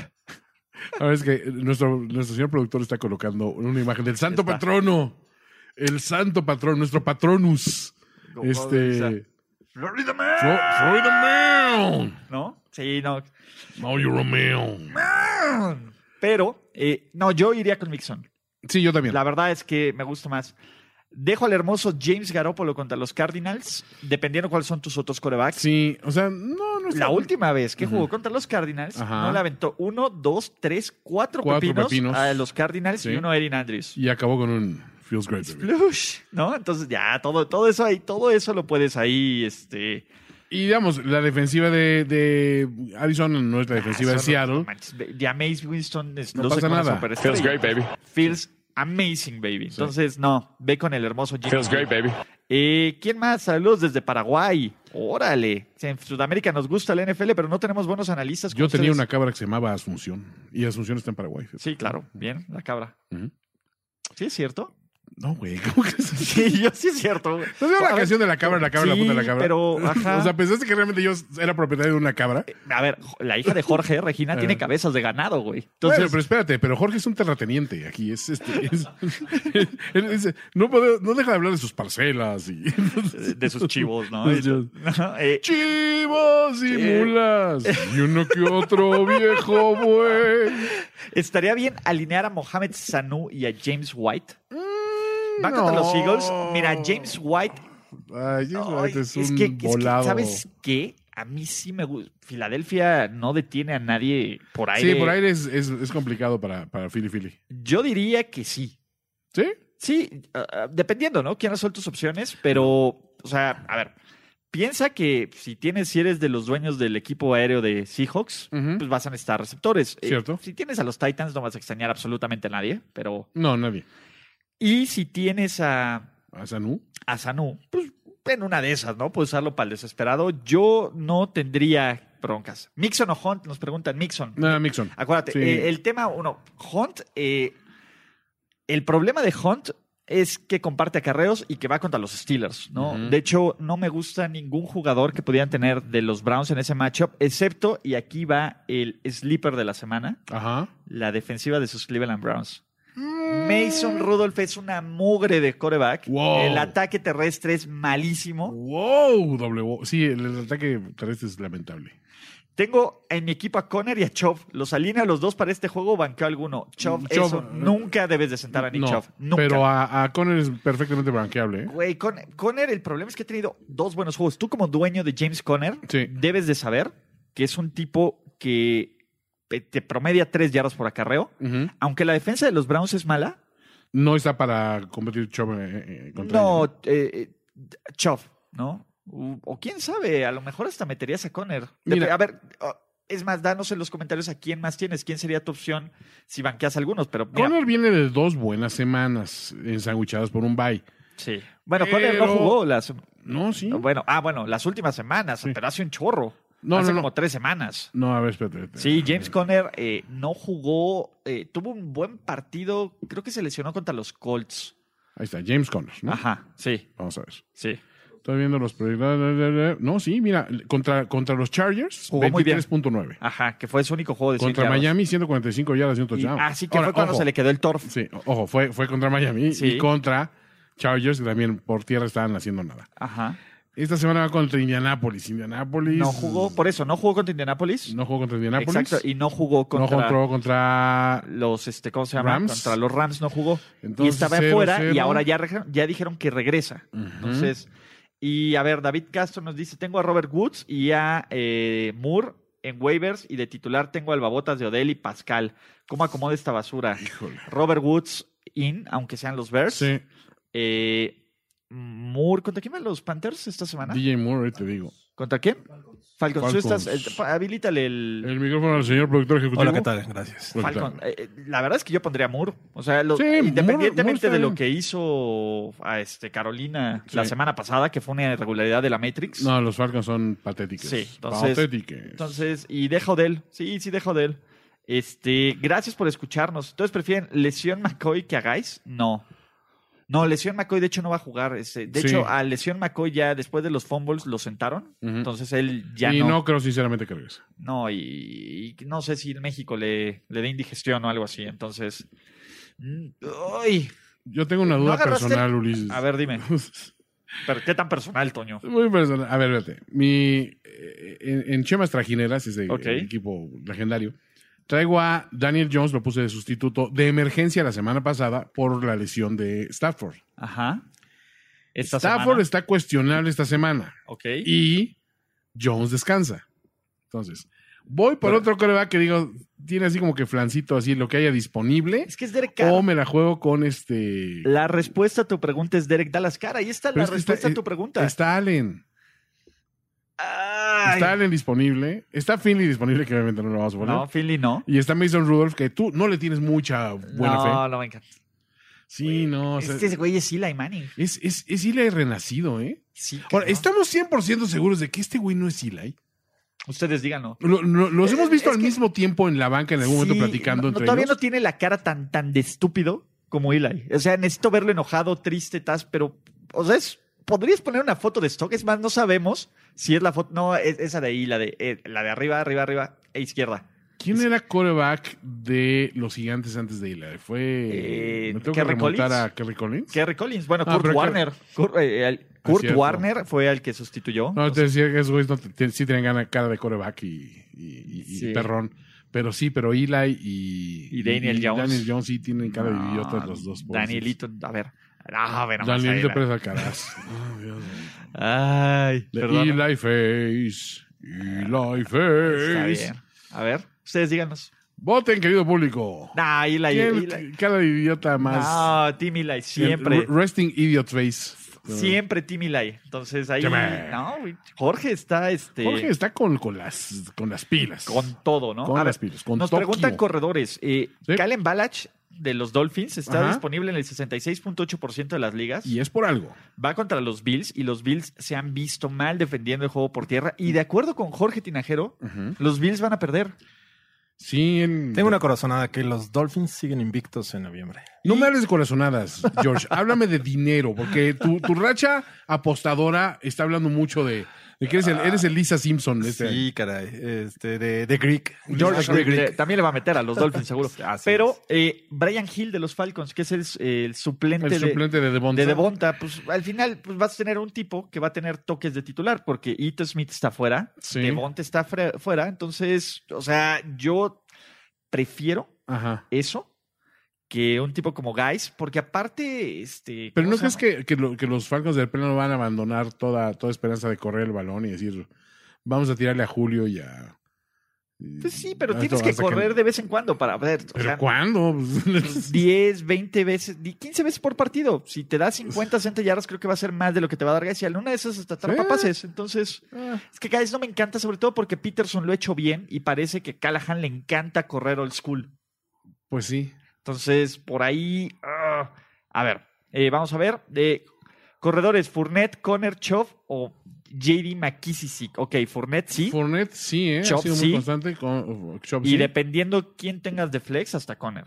[SPEAKER 3] Ahora es que nuestro, nuestro señor productor está colocando una imagen del santo
[SPEAKER 2] Está.
[SPEAKER 3] patrono. El santo patrón, nuestro patronus.
[SPEAKER 2] o
[SPEAKER 3] Este.
[SPEAKER 2] Florida Man,
[SPEAKER 3] Fro- Florida Man.
[SPEAKER 2] ¿no? Sí, no.
[SPEAKER 3] Now you're a man.
[SPEAKER 2] Pero eh, no, yo iría con Mixon.
[SPEAKER 3] Sí, yo también.
[SPEAKER 2] La verdad es que me gusta más. Dejo al hermoso James Garoppolo contra los Cardinals, dependiendo cuáles son tus otros corebacks.
[SPEAKER 3] Sí, o sea, no, no está.
[SPEAKER 2] La última vez que jugó contra los Cardinals,
[SPEAKER 3] Ajá.
[SPEAKER 2] no le aventó uno, dos, tres, cuatro,
[SPEAKER 3] Cuatro
[SPEAKER 2] pepinos,
[SPEAKER 3] pepinos.
[SPEAKER 2] a los Cardinals
[SPEAKER 3] Sí.
[SPEAKER 2] y uno a Erin Andrews.
[SPEAKER 3] Y acabó con un feels great. baby.
[SPEAKER 2] Plush, ¿no? Entonces ya, todo, todo eso ahí, todo eso lo puedes ahí, este,
[SPEAKER 3] Y digamos, la defensiva de, de Arizona no es la defensiva
[SPEAKER 2] Ah,
[SPEAKER 3] de
[SPEAKER 2] eso no- no
[SPEAKER 3] Seattle.
[SPEAKER 2] manches, ve- Jameis Winston es,
[SPEAKER 3] No
[SPEAKER 2] luce
[SPEAKER 3] pasa
[SPEAKER 2] como una
[SPEAKER 3] nada.
[SPEAKER 2] superestrella.
[SPEAKER 4] Feels great, baby.
[SPEAKER 2] Feels amazing, baby. Entonces, no, ve con el hermoso Jimmy.
[SPEAKER 4] Feels great, baby.
[SPEAKER 2] Eh, ¿Quién más? Saludos desde Paraguay. Órale. Si En Sudamérica nos gusta la NFL, pero no tenemos buenos analistas. como
[SPEAKER 3] Yo tenía una
[SPEAKER 2] ustedes.
[SPEAKER 3] cabra que se llamaba Asunción. Y Asunción está en Paraguay.
[SPEAKER 2] Sí, claro. Bien, la cabra.
[SPEAKER 3] Ujú.
[SPEAKER 2] Sí, es cierto.
[SPEAKER 3] No, güey. ¿Cómo que es así?
[SPEAKER 2] Sí, yo sí es cierto. güey.
[SPEAKER 3] ¿No Pues es
[SPEAKER 2] A
[SPEAKER 3] la
[SPEAKER 2] ver,
[SPEAKER 3] canción de la cabra, la cabra,
[SPEAKER 2] sí,
[SPEAKER 3] la puta, la cabra?
[SPEAKER 2] pero, ajá. Eh,
[SPEAKER 3] o sea, ¿pensaste que realmente yo era propietario de una cabra?
[SPEAKER 2] A ver, la hija de Jorge,
[SPEAKER 3] Eh.
[SPEAKER 2] Regina, tiene cabezas de ganado, güey.
[SPEAKER 3] Entonces,
[SPEAKER 2] Entonces,
[SPEAKER 3] pero espérate, pero Jorge es un terrateniente aquí. Es, este, es- es- es- no, puede- no deja de hablar de sus parcelas y...
[SPEAKER 2] eh, de sus chivos, ¿no?
[SPEAKER 3] Los chivos.
[SPEAKER 2] Ajá, eh,
[SPEAKER 3] Chivos y mulas y uno que otro viejo güey.
[SPEAKER 2] ¿Estaría bien alinear a Mohamed Sanu y a James White? Van contra los
[SPEAKER 3] no.
[SPEAKER 2] Eagles. Mira, James White
[SPEAKER 3] Ay, James
[SPEAKER 2] Ay,
[SPEAKER 3] White es, un
[SPEAKER 2] que- es que,
[SPEAKER 3] volado.
[SPEAKER 2] ¿sabes qué? A mí sí me gusta. Filadelfia no detiene a nadie por aire.
[SPEAKER 3] Sí, por aire es, es- es complicado para, para Philly Philly.
[SPEAKER 2] Yo diría que sí.
[SPEAKER 3] ¿Sí?
[SPEAKER 2] Sí, ah, ah, dependiendo, ¿no? Quiénes son tus opciones, pero, o sea, a ver, piensa que si tienes, si eres de los dueños del equipo aéreo de Seahawks,
[SPEAKER 3] Ujú.
[SPEAKER 2] pues vas a necesitar receptores. Eh,
[SPEAKER 3] Cierto.
[SPEAKER 2] si tienes a los Titans, no vas a extrañar absolutamente a nadie, pero.
[SPEAKER 3] No, nadie.
[SPEAKER 2] Y si tienes a
[SPEAKER 3] ¿A Sanu?
[SPEAKER 2] a Sanu, pues en una de esas, ¿no? Puedes usarlo para el desesperado. Yo no tendría broncas. Mixon o Hunt, nos preguntan Mixon.
[SPEAKER 3] No, Mixon.
[SPEAKER 2] Acuérdate,
[SPEAKER 3] Sí.
[SPEAKER 2] eh, el tema uno, Hunt, eh, el problema de Hunt es que comparte acarreos y que va contra los Steelers, ¿no?
[SPEAKER 3] Ujú.
[SPEAKER 2] De hecho, no me gusta ningún jugador que pudieran tener de los Browns en ese matchup, excepto, y aquí va el sleeper de la semana,
[SPEAKER 3] Ajá.
[SPEAKER 2] la defensiva de sus Cleveland Browns. Mason Rudolph es una mugre de coreback.
[SPEAKER 3] Wow.
[SPEAKER 2] El ataque terrestre es malísimo.
[SPEAKER 3] Wow, W. Sí, el, el ataque terrestre es lamentable.
[SPEAKER 2] Tengo en mi equipo a Conner y a Chov. Los alineo a los dos para este juego, banqueo alguno. Chov,
[SPEAKER 3] Mm,
[SPEAKER 2] eso,
[SPEAKER 3] Chubb, eh,
[SPEAKER 2] nunca debes de sentar a Nick
[SPEAKER 3] No,
[SPEAKER 2] Chubb. Nunca.
[SPEAKER 3] pero a, a Conner es perfectamente branqueable. ¿eh?
[SPEAKER 2] Güey, Con- Conner, el problema es que ha tenido dos buenos juegos. Tú, como dueño de James Conner,
[SPEAKER 3] Sí.
[SPEAKER 2] debes de saber que es un tipo que pe- te promedia tres yardas por acarreo.
[SPEAKER 3] Ujú.
[SPEAKER 2] Aunque la defensa de los Browns es mala,
[SPEAKER 3] No está para competir Chubb eh, eh, contra
[SPEAKER 2] No,
[SPEAKER 3] ella,
[SPEAKER 2] eh, eh, Choff, ¿no? U- O quién sabe, a lo mejor hasta meterías a Conner. Dep-
[SPEAKER 3] Mira.
[SPEAKER 2] A ver, oh, es más, danos en los comentarios a quién más tienes, quién sería tu opción si banqueas algunos, pero mira,
[SPEAKER 3] Conner viene de dos buenas semanas ensanguchadas por un bye.
[SPEAKER 2] sí. Bueno, Conner no
[SPEAKER 3] Pero-
[SPEAKER 2] jugó las
[SPEAKER 3] No, sí.
[SPEAKER 2] bueno, ah, bueno, las últimas semanas, pero hace un chorro.
[SPEAKER 3] No,
[SPEAKER 2] hace
[SPEAKER 3] no, no.
[SPEAKER 2] como tres semanas.
[SPEAKER 3] No, a ver, espérate. espérate.
[SPEAKER 2] Sí, James Conner eh, no jugó, eh, tuvo un buen partido, creo que se lesionó contra los Colts.
[SPEAKER 3] Ahí está, James Conner. ¿no?
[SPEAKER 2] Ajá, sí,
[SPEAKER 3] Vamos a ver.
[SPEAKER 2] sí.
[SPEAKER 3] Estoy viendo los proyectos. No, sí, mira, contra, contra los Chargers,
[SPEAKER 2] Jugó muy bien. Ah,
[SPEAKER 3] 23.9.
[SPEAKER 2] Ajá, que fue su único juego de cien
[SPEAKER 3] Contra
[SPEAKER 2] yardas.
[SPEAKER 3] Miami, 145 yardas y un
[SPEAKER 2] Y-
[SPEAKER 3] touchdown.
[SPEAKER 2] así que
[SPEAKER 3] Ahora,
[SPEAKER 2] fue cuando
[SPEAKER 3] ojo.
[SPEAKER 2] se le quedó el torf.
[SPEAKER 3] Sí, o- ojo, fue, fue contra Miami
[SPEAKER 2] Sí.
[SPEAKER 3] y contra Chargers, que también por tierra estaban haciendo nada.
[SPEAKER 2] Ajá.
[SPEAKER 3] Esta semana va contra Indianapolis. Indianapolis.
[SPEAKER 2] No jugó, por eso, no jugó contra Indianapolis.
[SPEAKER 3] No jugó contra Indianapolis.
[SPEAKER 2] Exacto, y no jugó
[SPEAKER 3] No
[SPEAKER 2] contra
[SPEAKER 3] jugó contra.
[SPEAKER 2] los, este, ¿cómo se llama?
[SPEAKER 3] Rams.
[SPEAKER 2] Contra los Rams no jugó. y
[SPEAKER 3] Entonces,
[SPEAKER 2] estaba
[SPEAKER 3] cero,
[SPEAKER 2] afuera y
[SPEAKER 3] cero.
[SPEAKER 2] ahora ya, re- ya dijeron que regresa. Entonces, y a ver, David Castro nos dice, tengo a Robert Woods y a eh, Moore en waivers y de titular tengo al Babotas de Odell y Pascal. ¿Cómo acomoda esta basura?
[SPEAKER 3] Híjole.
[SPEAKER 2] Robert Woods in, aunque sean los Bears.
[SPEAKER 3] Sí,
[SPEAKER 2] Eh, Moore, ¿contra quién van los Panthers esta semana?
[SPEAKER 3] DJ Moore, te digo.
[SPEAKER 2] ¿Contra quién? Falcons. Tú estás-
[SPEAKER 3] Falcons.
[SPEAKER 2] eh, fa- habilítale el.
[SPEAKER 3] El micrófono al señor productor ejecutivo.
[SPEAKER 5] Hola, ¿qué tal? Gracias.
[SPEAKER 3] Pues,
[SPEAKER 2] Falcon.
[SPEAKER 3] claro.
[SPEAKER 2] Eh, eh, la verdad es que yo pondría a Moore. O sea, lo-
[SPEAKER 3] Sí, Moore-
[SPEAKER 2] independientemente
[SPEAKER 3] Moore está
[SPEAKER 2] de lo
[SPEAKER 3] bien.
[SPEAKER 2] que hizo a este Carolina
[SPEAKER 3] Sí.
[SPEAKER 2] la semana pasada, que fue una irregularidad de la Matrix.
[SPEAKER 3] No, los Falcons son patéticos.
[SPEAKER 2] Sí, entonces-
[SPEAKER 3] Patéticos.
[SPEAKER 2] Entonces, y deja Odell. Sí, sí, deja Odell. Este, gracias por escucharnos. Entonces, ¿prefieren lesión McCoy que hagáis? No. No, lesión McCoy de hecho no va a jugar. Este, de
[SPEAKER 3] Sí.
[SPEAKER 2] hecho, a lesión McCoy ya después de los fumbles lo sentaron.
[SPEAKER 3] Ujú.
[SPEAKER 2] Entonces él ya
[SPEAKER 3] y no.
[SPEAKER 2] no
[SPEAKER 3] creo sinceramente que regrese.
[SPEAKER 2] No, y, y no sé si en México le, le dé indigestión o algo así. Entonces. mm, ¡Ay!
[SPEAKER 3] Yo tengo una duda
[SPEAKER 2] agarraste
[SPEAKER 3] personal, Ulises.
[SPEAKER 2] A ver, dime. ¿Pero qué tan personal, Toño?
[SPEAKER 3] Muy personal. A ver, vete. Mi, eh, en, en Chemas Trajineras, ese
[SPEAKER 2] Ok.
[SPEAKER 3] el equipo legendario, traigo a Daniel Jones, lo puse de sustituto de emergencia la semana pasada por la lesión de Stafford.
[SPEAKER 2] Ajá. Esta
[SPEAKER 3] Stafford
[SPEAKER 2] semana.
[SPEAKER 3] está cuestionable esta semana
[SPEAKER 2] Ok.
[SPEAKER 3] y Jones descansa. Entonces, voy por otro coreback que digo, tiene así como que flancito, así lo que haya disponible,
[SPEAKER 2] Es que es Derek
[SPEAKER 3] o
[SPEAKER 2] Carr.
[SPEAKER 3] me la juego con este.
[SPEAKER 2] La respuesta a tu pregunta es Derek Dallas Cara. Ahí está
[SPEAKER 3] Pero
[SPEAKER 2] la
[SPEAKER 3] es que
[SPEAKER 2] respuesta
[SPEAKER 3] está-
[SPEAKER 2] a tu pregunta.
[SPEAKER 3] Está Allen.
[SPEAKER 2] Ay,
[SPEAKER 3] Está Allen disponible. Está Finley disponible, que obviamente no lo vamos a poner.
[SPEAKER 2] no, Finley no.
[SPEAKER 3] Y está Mason Rudolph, que tú no le tienes mucha buena
[SPEAKER 2] no,
[SPEAKER 3] fe.
[SPEAKER 2] no me encanta.
[SPEAKER 3] Sí, no. o sea,
[SPEAKER 2] Este güey es Eli Manning.
[SPEAKER 3] es, es, es Eli renacido, ¿eh?
[SPEAKER 2] Sí,
[SPEAKER 3] Ahora,
[SPEAKER 2] cabrón.
[SPEAKER 3] estamos 100% seguros de que este güey no es Eli.
[SPEAKER 2] Ustedes díganlo.
[SPEAKER 3] Lo- lo- los
[SPEAKER 2] Es-
[SPEAKER 3] hemos visto
[SPEAKER 2] es
[SPEAKER 3] al
[SPEAKER 2] que-
[SPEAKER 3] mismo tiempo en la banca en algún
[SPEAKER 2] Sí,
[SPEAKER 3] momento platicando
[SPEAKER 2] no-
[SPEAKER 3] entre
[SPEAKER 2] Todavía
[SPEAKER 3] ellos.
[SPEAKER 2] no tiene la cara tan, tan de estúpido como Eli. O sea, necesito verlo enojado, triste, tas, pero, o sea, es- podrías poner una foto de Stock. Es más, no sabemos si es la foto, no, es- esa de ahí, la de, eh, la de arriba, arriba, arriba, e izquierda.
[SPEAKER 3] ¿Quién era coreback de los gigantes antes de Eli? Fue.
[SPEAKER 2] Eh,
[SPEAKER 3] me tengo que
[SPEAKER 2] ¿Kerry
[SPEAKER 3] remontar
[SPEAKER 2] Collins?
[SPEAKER 3] a Kerry Collins.
[SPEAKER 2] Kerry Collins, bueno,
[SPEAKER 3] Ah,
[SPEAKER 2] Kurt
[SPEAKER 3] pero Kerry-
[SPEAKER 2] Warner. Kurt, eh, el- Kurt
[SPEAKER 3] cierto.
[SPEAKER 2] Warner fue el que sustituyó.
[SPEAKER 3] No, te decía que esos güeyes no te- te- sí tienen gana- cara de coreback y, y- y- y
[SPEAKER 2] Sí.
[SPEAKER 3] perrón. Pero sí, pero Eli y,
[SPEAKER 2] Y Daniel Jones.
[SPEAKER 3] Daniel Jones sí tienen cara de idiotas los dos. pobrecitos.
[SPEAKER 2] Danielito, a ver. No, a ver, nomás a
[SPEAKER 3] Danielito
[SPEAKER 2] Eli.
[SPEAKER 3] Pérez Alcaraz. Oh, Dios mío.
[SPEAKER 2] Ay,
[SPEAKER 3] De
[SPEAKER 2] perdón.
[SPEAKER 3] Eli Face. Eli
[SPEAKER 2] Está
[SPEAKER 3] Face.
[SPEAKER 2] bien. A ver, ustedes díganos.
[SPEAKER 3] Voten, querido público.
[SPEAKER 2] Nah, Eli,
[SPEAKER 3] ¿Quién-
[SPEAKER 2] Eli-
[SPEAKER 3] Cara de idiota más.
[SPEAKER 2] No, Team Eli, siempre.
[SPEAKER 3] Re- Resting Idiot Face.
[SPEAKER 2] Siempre Team Eli. Entonces ahí.
[SPEAKER 3] Chame.
[SPEAKER 2] No, güey, Jorge está este.
[SPEAKER 3] Jorge está con, con, las, con las pilas.
[SPEAKER 2] con todo, ¿no?
[SPEAKER 3] Con
[SPEAKER 2] A
[SPEAKER 3] las
[SPEAKER 2] ver,
[SPEAKER 3] pilas, con
[SPEAKER 2] nos
[SPEAKER 3] Tokio.
[SPEAKER 2] preguntan corredores. Eh,
[SPEAKER 3] Sí.
[SPEAKER 2] Kalen Balach de los Dolphins está
[SPEAKER 3] Ajá.
[SPEAKER 2] disponible en el 66.8% de las ligas.
[SPEAKER 3] Y es por algo.
[SPEAKER 2] Va contra los Bills y los Bills se han visto mal defendiendo el juego por tierra. Y de acuerdo con Jorge Tinajero, los Bills van a perder.
[SPEAKER 3] Sí, en-
[SPEAKER 5] Tengo una corazonada que los Dolphins siguen invictos en noviembre.
[SPEAKER 3] No me hables de corazonadas, George. Háblame de dinero, porque tu, tu racha apostadora está hablando mucho de, de que eres el, eres el Lisa
[SPEAKER 2] Ah,
[SPEAKER 3] Simpson. de Este año.
[SPEAKER 5] Sí, caray. Este, de, de Greek.
[SPEAKER 2] George le- eh, también le va a meter a los Dolphins, seguro.
[SPEAKER 5] Así
[SPEAKER 2] Pero
[SPEAKER 5] es.
[SPEAKER 2] eh, Brian Hill de los Falcons, que es el, el suplente,
[SPEAKER 3] el
[SPEAKER 2] de-
[SPEAKER 3] suplente de Devonta.
[SPEAKER 2] de Devonta, pues al final pues, vas a tener un tipo que va a tener toques de titular, porque Ito Smith está fuera,
[SPEAKER 3] Sí.
[SPEAKER 2] Devonta está fre- fuera, entonces, o sea, yo prefiero
[SPEAKER 3] Ajá.
[SPEAKER 2] eso que un tipo como Guys, porque aparte, este...
[SPEAKER 3] Pero
[SPEAKER 2] ¿cómo
[SPEAKER 3] no
[SPEAKER 2] se
[SPEAKER 3] crees
[SPEAKER 2] llama?
[SPEAKER 3] que, que, lo- que los Falcons del plano van a abandonar toda, toda esperanza de correr el balón y decir, vamos a tirarle a Julio y a.
[SPEAKER 2] Pues sí, pero
[SPEAKER 3] hasta-
[SPEAKER 2] tienes que
[SPEAKER 3] hasta
[SPEAKER 2] correr de vez en cuando para ver... o
[SPEAKER 3] ¿Pero
[SPEAKER 2] sea,
[SPEAKER 3] cuándo?
[SPEAKER 2] 10, 20 veces, di- 15 veces por partido. Si te da 50, 60 yardas, creo que va a ser más de lo que te va a dar Guys. Y en una de esas hasta atrapa
[SPEAKER 3] Sí.
[SPEAKER 2] pases. Entonces,
[SPEAKER 3] Ah.
[SPEAKER 2] es que Guys no me encanta, sobre todo porque Peterson lo ha hecho bien y parece que Callahan le encanta correr old school.
[SPEAKER 3] pues sí.
[SPEAKER 2] Entonces, por ahí. ah. a ver, eh, vamos a ver. de corredores: Fournette, Conner, Chov o JD McKissick. Ok, Fournette sí.
[SPEAKER 3] Fournette sí, ¿eh?
[SPEAKER 2] Chop,
[SPEAKER 3] ha sido
[SPEAKER 2] sí.
[SPEAKER 3] muy constante. Con, uh, Chop,
[SPEAKER 2] y
[SPEAKER 3] sí.
[SPEAKER 2] dependiendo quién tengas de flex, hasta Conner.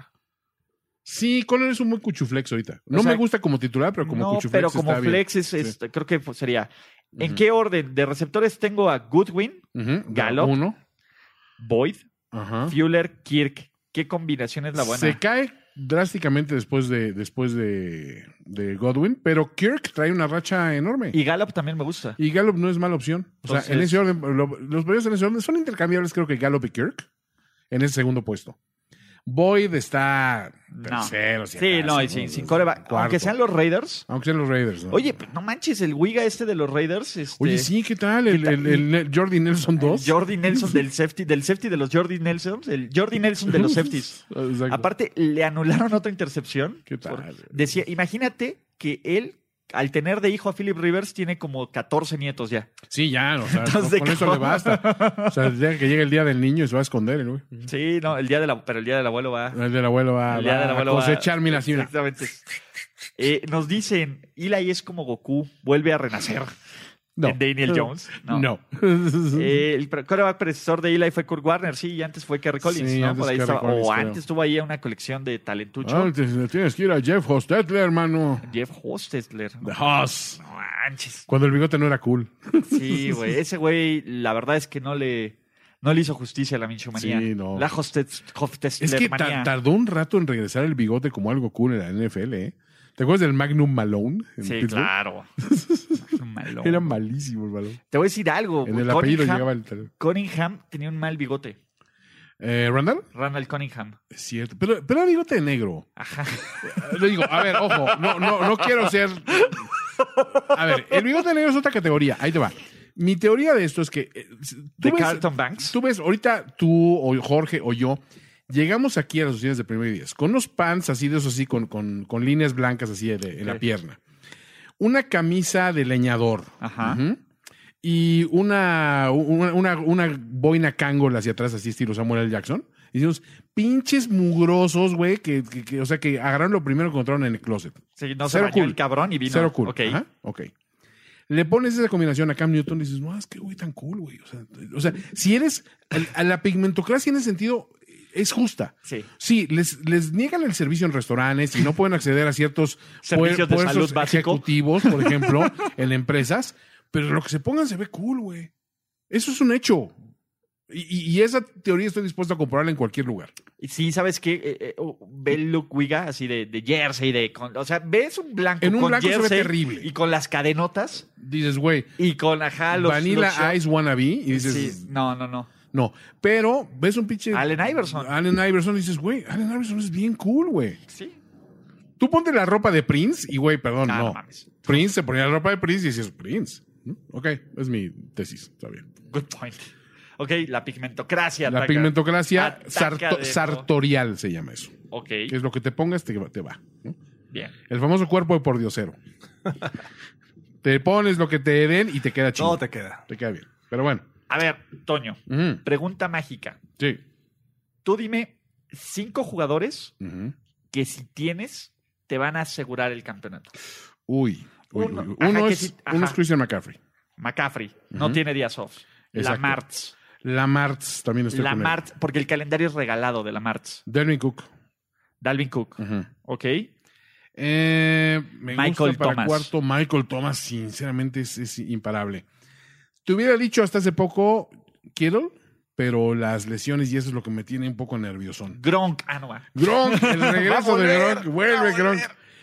[SPEAKER 3] Sí, Conner es un muy cuchuflex ahorita. No
[SPEAKER 2] sea,
[SPEAKER 3] me gusta como titular, pero como
[SPEAKER 2] no,
[SPEAKER 3] cuchuflex
[SPEAKER 2] pero como
[SPEAKER 3] está bien.
[SPEAKER 2] flex es, es- creo que pues, sería. ¿En
[SPEAKER 3] Ujú.
[SPEAKER 2] qué orden de receptores tengo a Goodwin,
[SPEAKER 3] Ujú,
[SPEAKER 2] Gallup.
[SPEAKER 3] Uno.
[SPEAKER 2] Boyd,
[SPEAKER 3] Ajá.
[SPEAKER 2] Fuller, Kirk? ¿Qué combinación es la buena?
[SPEAKER 3] Se cae drásticamente después de después de, de Godwin, pero Kirk trae una racha enorme. Y,
[SPEAKER 2] Y Gallup también me gusta.
[SPEAKER 3] Gallup no es mala opción. O sea,
[SPEAKER 2] Entonces-
[SPEAKER 3] en ese orden, lo- los periodos en ese orden son intercambiables, creo que Gallup y Kirk, en ese segundo puesto. Boyd está tercero. si
[SPEAKER 2] Sí,
[SPEAKER 3] acaso,
[SPEAKER 2] no, y sin, sin coreback.
[SPEAKER 3] cuarto.
[SPEAKER 2] Aunque sean los Raiders.
[SPEAKER 3] Aunque sean los Raiders. ¿no?
[SPEAKER 2] Oye, pues, no manches, el Wiga este de los Raiders. Este,
[SPEAKER 3] Oye, sí, ¿qué tal? El,
[SPEAKER 2] tal?
[SPEAKER 3] el- el Jordi Nelson 2.
[SPEAKER 2] Jordi Nelson del safety, del safety de los Jordi Nelson, el Jordi Nelson de los safeties. Ah,
[SPEAKER 3] Exacto.
[SPEAKER 2] Aparte, le anularon otra intercepción.
[SPEAKER 3] ¿Qué tal?
[SPEAKER 2] decía, imagínate que él, al tener de hijo a Philip Rivers, tiene como 14 nietos ya.
[SPEAKER 3] Sí, ya, o sea,
[SPEAKER 2] Entonces,
[SPEAKER 3] con, con eso
[SPEAKER 2] ¿cómo?
[SPEAKER 3] le basta. O sea, ya que llegue el día del niño y se va a esconder, el güey.
[SPEAKER 2] Sí, no, el día de la, pero el día del abuelo va.
[SPEAKER 3] El del abuelo va,
[SPEAKER 2] Ah. El día
[SPEAKER 3] Ah, va
[SPEAKER 2] del abuelo
[SPEAKER 3] a
[SPEAKER 2] va-
[SPEAKER 3] cosechar, mira, así, mira.
[SPEAKER 2] Exactamente. Eh, nos dicen, Eli es como Goku, vuelve a renacer.
[SPEAKER 3] No.
[SPEAKER 2] En Daniel Jones. No.
[SPEAKER 3] No.
[SPEAKER 2] Eh, el pre- coreback predecesor de Eli fue Kurt Warner, sí, y antes fue Kerry Collins,
[SPEAKER 3] Sí,
[SPEAKER 2] ¿no?
[SPEAKER 3] antes
[SPEAKER 2] Por ahí
[SPEAKER 3] Kerry
[SPEAKER 2] estaba.
[SPEAKER 3] Collins,
[SPEAKER 2] o
[SPEAKER 3] creo. Ah,
[SPEAKER 2] antes tuvo ahí una colección de talentucho.
[SPEAKER 3] Antes le tienes que ir a Jeff Hostetler, hermano.
[SPEAKER 2] Jeff Hostetler. No
[SPEAKER 3] The Hoss.
[SPEAKER 2] manches.
[SPEAKER 3] Cuando el bigote no era cool.
[SPEAKER 2] Sí, güey. Ese güey, la verdad es que no le, no le hizo justicia a la minchomanía.
[SPEAKER 3] Sí, no.
[SPEAKER 2] La hostes- Hosteslermanía.
[SPEAKER 3] Es que ta- tardó un rato en regresar el bigote como algo cool en la NFL, ¿eh? ¿Te acuerdas del Magnum Malone? en
[SPEAKER 2] Sí,
[SPEAKER 3] Pittsburgh?
[SPEAKER 2] claro. Malón.
[SPEAKER 3] Era malísimo el balón.
[SPEAKER 2] Te voy a decir algo.
[SPEAKER 3] En
[SPEAKER 2] güey.
[SPEAKER 3] el apellido
[SPEAKER 2] Cunningham-
[SPEAKER 3] llegaba el tal.
[SPEAKER 2] Cunningham tenía un mal bigote.
[SPEAKER 3] Eh, ¿Randall?
[SPEAKER 2] Randall Cunningham.
[SPEAKER 3] Es cierto. Pero, pero era bigote negro.
[SPEAKER 2] Ajá.
[SPEAKER 3] Lo digo, a ver, ojo, no, no, no quiero ser. A ver, el bigote negro es otra categoría. Ahí te va. Mi teoría de esto es que. eh, tú
[SPEAKER 2] De
[SPEAKER 3] ves-
[SPEAKER 2] Carlton Banks.
[SPEAKER 3] Tú ves, ahorita tú o Jorge o yo llegamos aquí a las oficinas de primer 10 con unos pants así de esos así, con, con, con líneas blancas así de- en la
[SPEAKER 2] Ok.
[SPEAKER 3] pierna. Una camisa de leñador.
[SPEAKER 2] Ajá.
[SPEAKER 3] Ujú. y una, una, una- una boina cángola hacia atrás, así estilo Samuel L. Jackson. Y decimos, pinches mugrosos, güey, que, que- que- o sea, que agarraron lo primero que encontraron en el closet.
[SPEAKER 2] Sí, no se
[SPEAKER 3] Cero
[SPEAKER 2] bañó
[SPEAKER 3] cool.
[SPEAKER 2] el cabrón y vino.
[SPEAKER 3] Cero cool.
[SPEAKER 2] Ok.
[SPEAKER 3] Ajá, ok. Le pones esa combinación a Cam Newton y dices, no, es que güey tan cool, güey. O sea, o sea, si eres, el- a la pigmentocracia en ese sentido es justa.
[SPEAKER 2] Sí.
[SPEAKER 3] Sí, les, les niegan el servicio en restaurantes y no pueden acceder a ciertos
[SPEAKER 2] Servicios de
[SPEAKER 3] puestos
[SPEAKER 2] salud básico.
[SPEAKER 3] ejecutivos, por ejemplo, en empresas, pero lo que se pongan se ve cool, güey. Eso es un hecho. Y, y- y esa teoría estoy dispuesto a comprarla en cualquier lugar.
[SPEAKER 2] Y sí, ¿sabes qué? Eh, eh, oh, ve el look Wiga así de, de jersey, de con- o sea, ves un blanco
[SPEAKER 3] En un
[SPEAKER 2] con
[SPEAKER 3] blanco se ve
[SPEAKER 2] jersey
[SPEAKER 3] terrible.
[SPEAKER 2] Y con las cadenotas
[SPEAKER 3] Dices, güey,
[SPEAKER 2] y con, ajá, Ah, los...
[SPEAKER 3] Vanilla
[SPEAKER 2] los shorts.
[SPEAKER 3] Ice Wannabe, y dices,
[SPEAKER 2] Sí, no, no, no.
[SPEAKER 3] no. Pero ves un pinche.
[SPEAKER 2] Allen Iverson.
[SPEAKER 3] Allen Iverson y dices, güey, Allen Iverson es bien cool, güey.
[SPEAKER 2] Sí.
[SPEAKER 3] Tú ponte la ropa de Prince y, güey, perdón,
[SPEAKER 2] Ah,
[SPEAKER 3] no.
[SPEAKER 2] no mames.
[SPEAKER 3] Prince se ponía la ropa de Prince y dices, Prince. ¿Mm? Ok, es mi tesis, está bien.
[SPEAKER 2] Good point. Ok, la pigmentocracia.
[SPEAKER 3] La
[SPEAKER 2] ataca-
[SPEAKER 3] pigmentocracia
[SPEAKER 2] ataca
[SPEAKER 3] sarto-
[SPEAKER 2] de-
[SPEAKER 3] sartorial se llama eso.
[SPEAKER 2] Ok,
[SPEAKER 3] Que es lo que te pongas, te, va- te va. ¿no?
[SPEAKER 2] bien.
[SPEAKER 3] El famoso cuerpo de pordiosero. te pones lo que te den y te queda chido.
[SPEAKER 5] Todo te queda.
[SPEAKER 3] Te queda bien. Pero bueno.
[SPEAKER 2] A ver, Toño,
[SPEAKER 3] Ujú,
[SPEAKER 2] pregunta mágica.
[SPEAKER 3] Sí.
[SPEAKER 2] Tú dime cinco jugadores
[SPEAKER 3] Ujú.
[SPEAKER 2] que si tienes te van a asegurar el campeonato.
[SPEAKER 3] Uy. uy, uy, uy.
[SPEAKER 2] Uno.
[SPEAKER 3] Uno,
[SPEAKER 2] Ajá, que
[SPEAKER 3] es,
[SPEAKER 2] sí,
[SPEAKER 3] uno es
[SPEAKER 2] ajá.
[SPEAKER 3] Christian McCaffrey.
[SPEAKER 2] McCaffrey no
[SPEAKER 3] Ujú.
[SPEAKER 2] tiene días off. La
[SPEAKER 3] Exacto.
[SPEAKER 2] Martz.
[SPEAKER 3] Lamartz también estoy
[SPEAKER 2] La
[SPEAKER 3] con él.
[SPEAKER 2] Martz, porque el calendario es regalado de la Martz.
[SPEAKER 3] Dalvin Cook.
[SPEAKER 2] Dalvin Cook.
[SPEAKER 3] Ujú.
[SPEAKER 2] Ok.
[SPEAKER 3] Eh, me
[SPEAKER 2] Michael
[SPEAKER 3] gusta para
[SPEAKER 2] Thomas.
[SPEAKER 3] cuarto. Michael Thomas, sinceramente, es, es imparable. Te hubiera dicho hasta hace poco Kittle, pero las lesiones y eso es lo que me tiene un poco nerviosón.
[SPEAKER 2] Gronk ah, Anua.
[SPEAKER 3] Gronk, el regreso de
[SPEAKER 2] volver,
[SPEAKER 3] Gronk. Vuelve Gronk.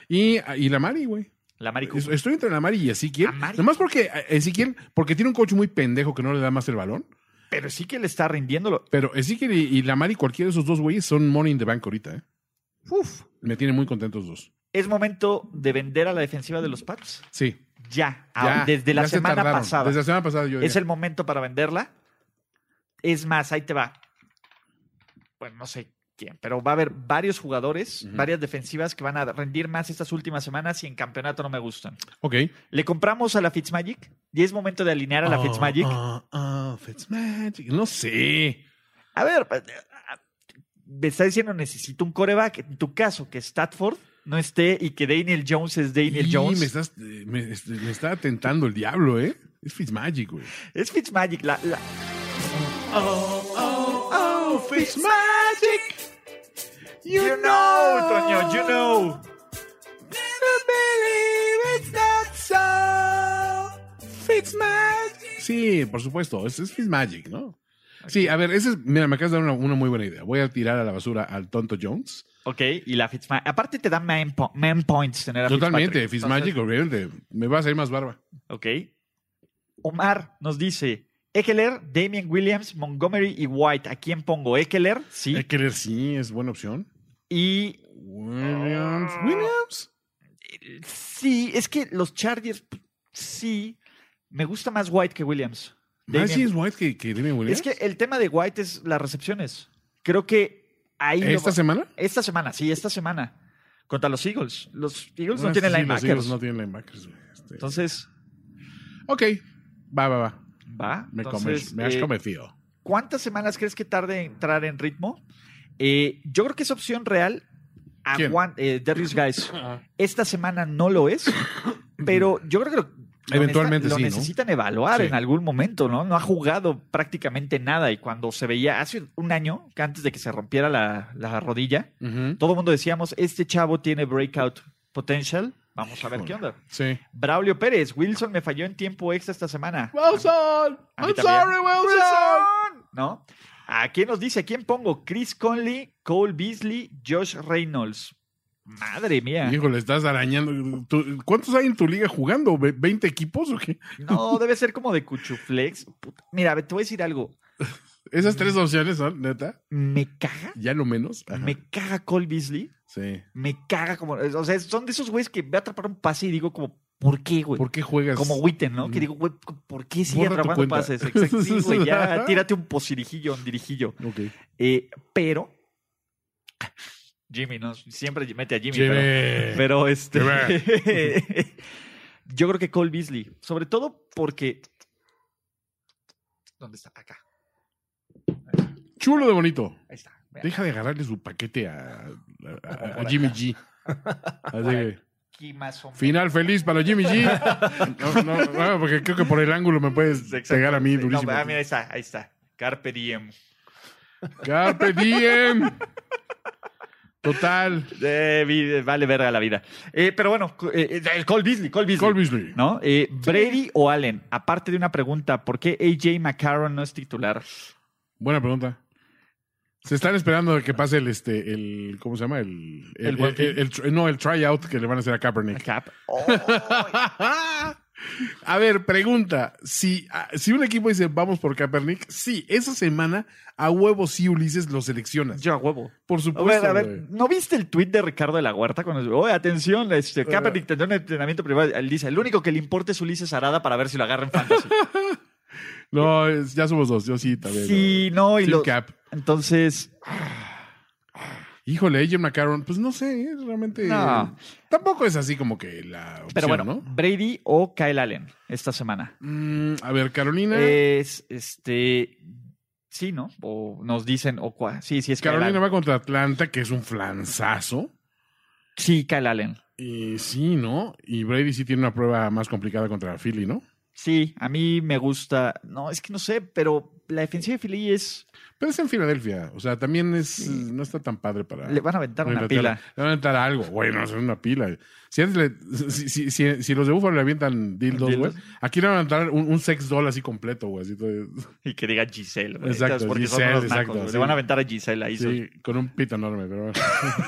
[SPEAKER 3] Y, y la Mari, güey.
[SPEAKER 2] La Mari Cook.
[SPEAKER 3] Es- Estoy entre la Mari y Ezequiel.
[SPEAKER 2] La Mari.
[SPEAKER 3] Nomás porque eh, Ezequiel, porque tiene un coach muy pendejo que no le da más el balón.
[SPEAKER 2] Pero sí que le está rindiéndolo.
[SPEAKER 3] Pero Ezequiel y, y la Mari, cualquiera de esos dos güeyes, son money in the bank ahorita. eh.
[SPEAKER 2] Uf.
[SPEAKER 3] Me tienen muy contentos los dos.
[SPEAKER 2] Es momento de vender a la defensiva de los Pats.
[SPEAKER 3] Sí.
[SPEAKER 2] Ya.
[SPEAKER 3] ya,
[SPEAKER 2] Ah, desde la
[SPEAKER 3] ya se
[SPEAKER 2] semana
[SPEAKER 3] tardaron.
[SPEAKER 2] pasada.
[SPEAKER 3] Desde la semana pasada yo.
[SPEAKER 2] Es
[SPEAKER 3] ya.
[SPEAKER 2] el momento para venderla. Es más, ahí te va. Bueno, no sé quién, pero va a haber varios jugadores,
[SPEAKER 3] Ujú.
[SPEAKER 2] varias defensivas que van a rendir más estas últimas semanas y en campeonato no me gustan.
[SPEAKER 3] Ok.
[SPEAKER 2] Le compramos a la Fitzmagic y es momento de alinear a la
[SPEAKER 3] Oh,
[SPEAKER 2] Fitzmagic.
[SPEAKER 3] oh, oh, Fitzmagic. No sé.
[SPEAKER 2] A ver, eh, me está diciendo necesito un coreback. En tu caso, que Statford no esté y que Daniel Jones es Daniel
[SPEAKER 3] Y
[SPEAKER 2] Jones.
[SPEAKER 3] Me, estás, eh, me, este, me está atentando el diablo, ¿eh? Es Fitzmagic, güey.
[SPEAKER 2] Es Fitzmagic. La, la-
[SPEAKER 3] Oh,
[SPEAKER 2] Oh,
[SPEAKER 3] Fitzmagic.
[SPEAKER 2] You know, Toño, you know.
[SPEAKER 3] Sí, por supuesto. Es, es Fitzmagic, ¿no? Sí, a ver, ese es, mira, me acabas de dar una, una muy buena idea. Voy a tirar a la basura al tonto Jones.
[SPEAKER 2] Ok, y la Fitzmagic. Aparte te da man, po- man points tener a
[SPEAKER 3] Totalmente,
[SPEAKER 2] Fitzpatrick.
[SPEAKER 3] Fitzmagic, obviamente. Me va a salir más barba.
[SPEAKER 2] Ok. Omar nos dice: Ekeler, Damien Williams, Montgomery y White. ¿A quién pongo? Ekeler, sí.
[SPEAKER 3] Hay que leer, sí, es buena opción.
[SPEAKER 2] y
[SPEAKER 3] Williams.
[SPEAKER 2] Ah.
[SPEAKER 3] Williams.
[SPEAKER 2] eh, sí, es que los Chargers, p- sí. Me gusta más White que Williams. Damien-
[SPEAKER 3] Más es White que, que Damian Williams.
[SPEAKER 2] Es que el tema de White es las recepciones. Creo que ahí. lo
[SPEAKER 3] ¿Esta
[SPEAKER 2] va-
[SPEAKER 3] semana?
[SPEAKER 2] esta semana, sí, esta semana. Contra los Eagles. Los Eagles no tienen
[SPEAKER 3] Ah, sí, sí, los
[SPEAKER 2] linebackers.
[SPEAKER 3] Eagles no tienen linebackers, güey. Este,
[SPEAKER 2] Entonces,
[SPEAKER 3] ok, va, va, va.
[SPEAKER 2] va.
[SPEAKER 3] Me,
[SPEAKER 2] Entonces,
[SPEAKER 3] comes, me has
[SPEAKER 2] eh,
[SPEAKER 3] convencido.
[SPEAKER 2] ¿Cuántas semanas crees que tarde en entrar en ritmo? Eh, yo creo que es opción real.
[SPEAKER 3] ¿Quién?
[SPEAKER 2] Aguan- eh, Darius Guys. Esta semana no lo es, pero yo creo que lo, lo
[SPEAKER 3] Eventualmente
[SPEAKER 2] necesitan- lo
[SPEAKER 3] sí, ¿no?
[SPEAKER 2] necesitan evaluar
[SPEAKER 3] Sí.
[SPEAKER 2] en algún momento, ¿no? No ha jugado prácticamente nada y cuando se veía hace un año, que antes de que se rompiera la, la rodilla,
[SPEAKER 3] Ujú.
[SPEAKER 2] todo el mundo decíamos, este chavo tiene breakout potential. Vamos a ver qué onda.
[SPEAKER 3] Sí.
[SPEAKER 2] Braulio Pérez, Wilson me falló en tiempo extra esta semana.
[SPEAKER 3] Wilson,
[SPEAKER 2] A mí
[SPEAKER 3] I'm
[SPEAKER 2] también.
[SPEAKER 3] sorry, Wilson.
[SPEAKER 2] ¿No? ¿A quién nos dice? ¿A quién pongo? Chris Conley, Cole Beasley, Josh Reynolds. Madre mía.
[SPEAKER 3] Híjole, estás arañando. ¿Tú- ¿Cuántos hay en tu liga jugando? ¿Ve- ¿20 equipos o qué?
[SPEAKER 2] No, debe ser como de Cuchuflex. Puta, Mira, te voy a decir algo.
[SPEAKER 3] Esas tres opciones son, neta,
[SPEAKER 2] Me caga,
[SPEAKER 3] ya lo menos. Ajá.
[SPEAKER 2] Mm. me caga Cole Beasley.
[SPEAKER 3] Sí.
[SPEAKER 2] Me caga como. O sea, son de esos güeyes que voy a atrapar un pase y digo, como, ¿por qué, güey?
[SPEAKER 3] ¿Por qué juegas?
[SPEAKER 2] Como Witten, ¿no? Que
[SPEAKER 3] Mm.
[SPEAKER 2] digo, güey, ¿por qué sigue
[SPEAKER 3] Borra tu
[SPEAKER 2] atrapando
[SPEAKER 3] cuenta.
[SPEAKER 2] pases? Exacto, sí, güey, ya tírate un posirijillo, un dirijillo.
[SPEAKER 3] Ok.
[SPEAKER 2] Eh, pero. Jimmy, ¿no? Siempre mete a Jimmy.
[SPEAKER 3] Jimmy.
[SPEAKER 2] Pero, pero este. yo creo que Cole Beasley. Sobre todo porque ¿Dónde está? Acá.
[SPEAKER 3] Chulo de bonito.
[SPEAKER 2] Ahí está. Vean.
[SPEAKER 3] Deja de agarrarle su paquete a, a- a- a Jimmy G. Así que,
[SPEAKER 2] Aquí más o menos.
[SPEAKER 3] final feliz para Jimmy G. No, no, no, porque creo que por el ángulo me puedes
[SPEAKER 2] Exacto.
[SPEAKER 3] pegar a mí
[SPEAKER 2] No,
[SPEAKER 3] durísimo.
[SPEAKER 2] ah, mira, ahí está, ahí está. Carpe diem.
[SPEAKER 3] Carpe diem. em. Total.
[SPEAKER 2] Eh, vi- vale verga la vida. Eh, pero bueno, co- eh, eh, Cole Beasley, Cole Beasley.
[SPEAKER 3] Cole Beasley.
[SPEAKER 2] ¿No? Eh, Brady o Allen, aparte de una pregunta, ¿por qué AJ McCarron no es titular?
[SPEAKER 3] Buena pregunta. Se están esperando a que pase el este el ¿cómo se llama? El, el,
[SPEAKER 2] ¿El buen fin?
[SPEAKER 3] el- el tr- no, el tryout que le van a hacer a Kaepernick.
[SPEAKER 2] Cap.
[SPEAKER 3] a ver, pregunta, si ah, si un equipo dice vamos por Kaepernick, sí, esa semana a huevo sí Ulises lo seleccionas.
[SPEAKER 2] Yo a huevo.
[SPEAKER 3] Por
[SPEAKER 2] A ver,
[SPEAKER 3] supuesto.
[SPEAKER 2] a ver,
[SPEAKER 3] güey.
[SPEAKER 2] ¿no viste el tuit de Ricardo de la Huerta cuando dice, oye, atención, este, Kaepernick tendrá un entrenamiento privado? Él dice, el único que le importa es Ulises Arada para ver si lo agarra en fantasy.
[SPEAKER 3] No, es- ya somos dos, yo sí también.
[SPEAKER 2] sí, no, y
[SPEAKER 3] Team
[SPEAKER 2] lo...
[SPEAKER 3] Cap.
[SPEAKER 2] Entonces,
[SPEAKER 3] Híjole, AJ McCarron, pues no sé, eh, realmente
[SPEAKER 2] No.
[SPEAKER 3] tampoco es así como que la opción,
[SPEAKER 2] pero bueno,
[SPEAKER 3] ¿no?
[SPEAKER 2] Brady o Kyle Allen esta semana.
[SPEAKER 3] Mm, a ver, Carolina.
[SPEAKER 2] Es, este, sí, ¿no? O nos dicen, o cua- sí, sí es Kyle
[SPEAKER 3] Carolina
[SPEAKER 2] Allen.
[SPEAKER 3] va contra Atlanta, que es un flanzazo.
[SPEAKER 2] Sí, Kyle Allen.
[SPEAKER 3] Y sí, ¿no? Y Brady sí tiene una prueba más complicada contra Philly, ¿no?
[SPEAKER 2] Sí, a mí me gusta. No, es que no sé, pero la defensiva de Philly es.
[SPEAKER 3] Pero es en Filadelfia. O sea, también es no está tan padre para.
[SPEAKER 2] Le van a aventar
[SPEAKER 3] para
[SPEAKER 2] una
[SPEAKER 3] Inglaterra.
[SPEAKER 2] pila.
[SPEAKER 3] Le van a aventar algo. Güey, no, es una pila. Si, antes le- si, si- si- si los de Buffalo le avientan dildos,
[SPEAKER 2] Dildos.
[SPEAKER 3] güey, aquí le van a aventar un, un sex doll así completo, güey. así todo-
[SPEAKER 2] Y que diga Giselle. güey.
[SPEAKER 3] Exacto,
[SPEAKER 2] Entonces, porque
[SPEAKER 3] Giselle,
[SPEAKER 2] son unos nacos,
[SPEAKER 3] exacto,
[SPEAKER 2] güey.
[SPEAKER 3] sí.
[SPEAKER 2] Le van a aventar a Giselle ahí.
[SPEAKER 3] sí, con un pito enorme, pero bueno.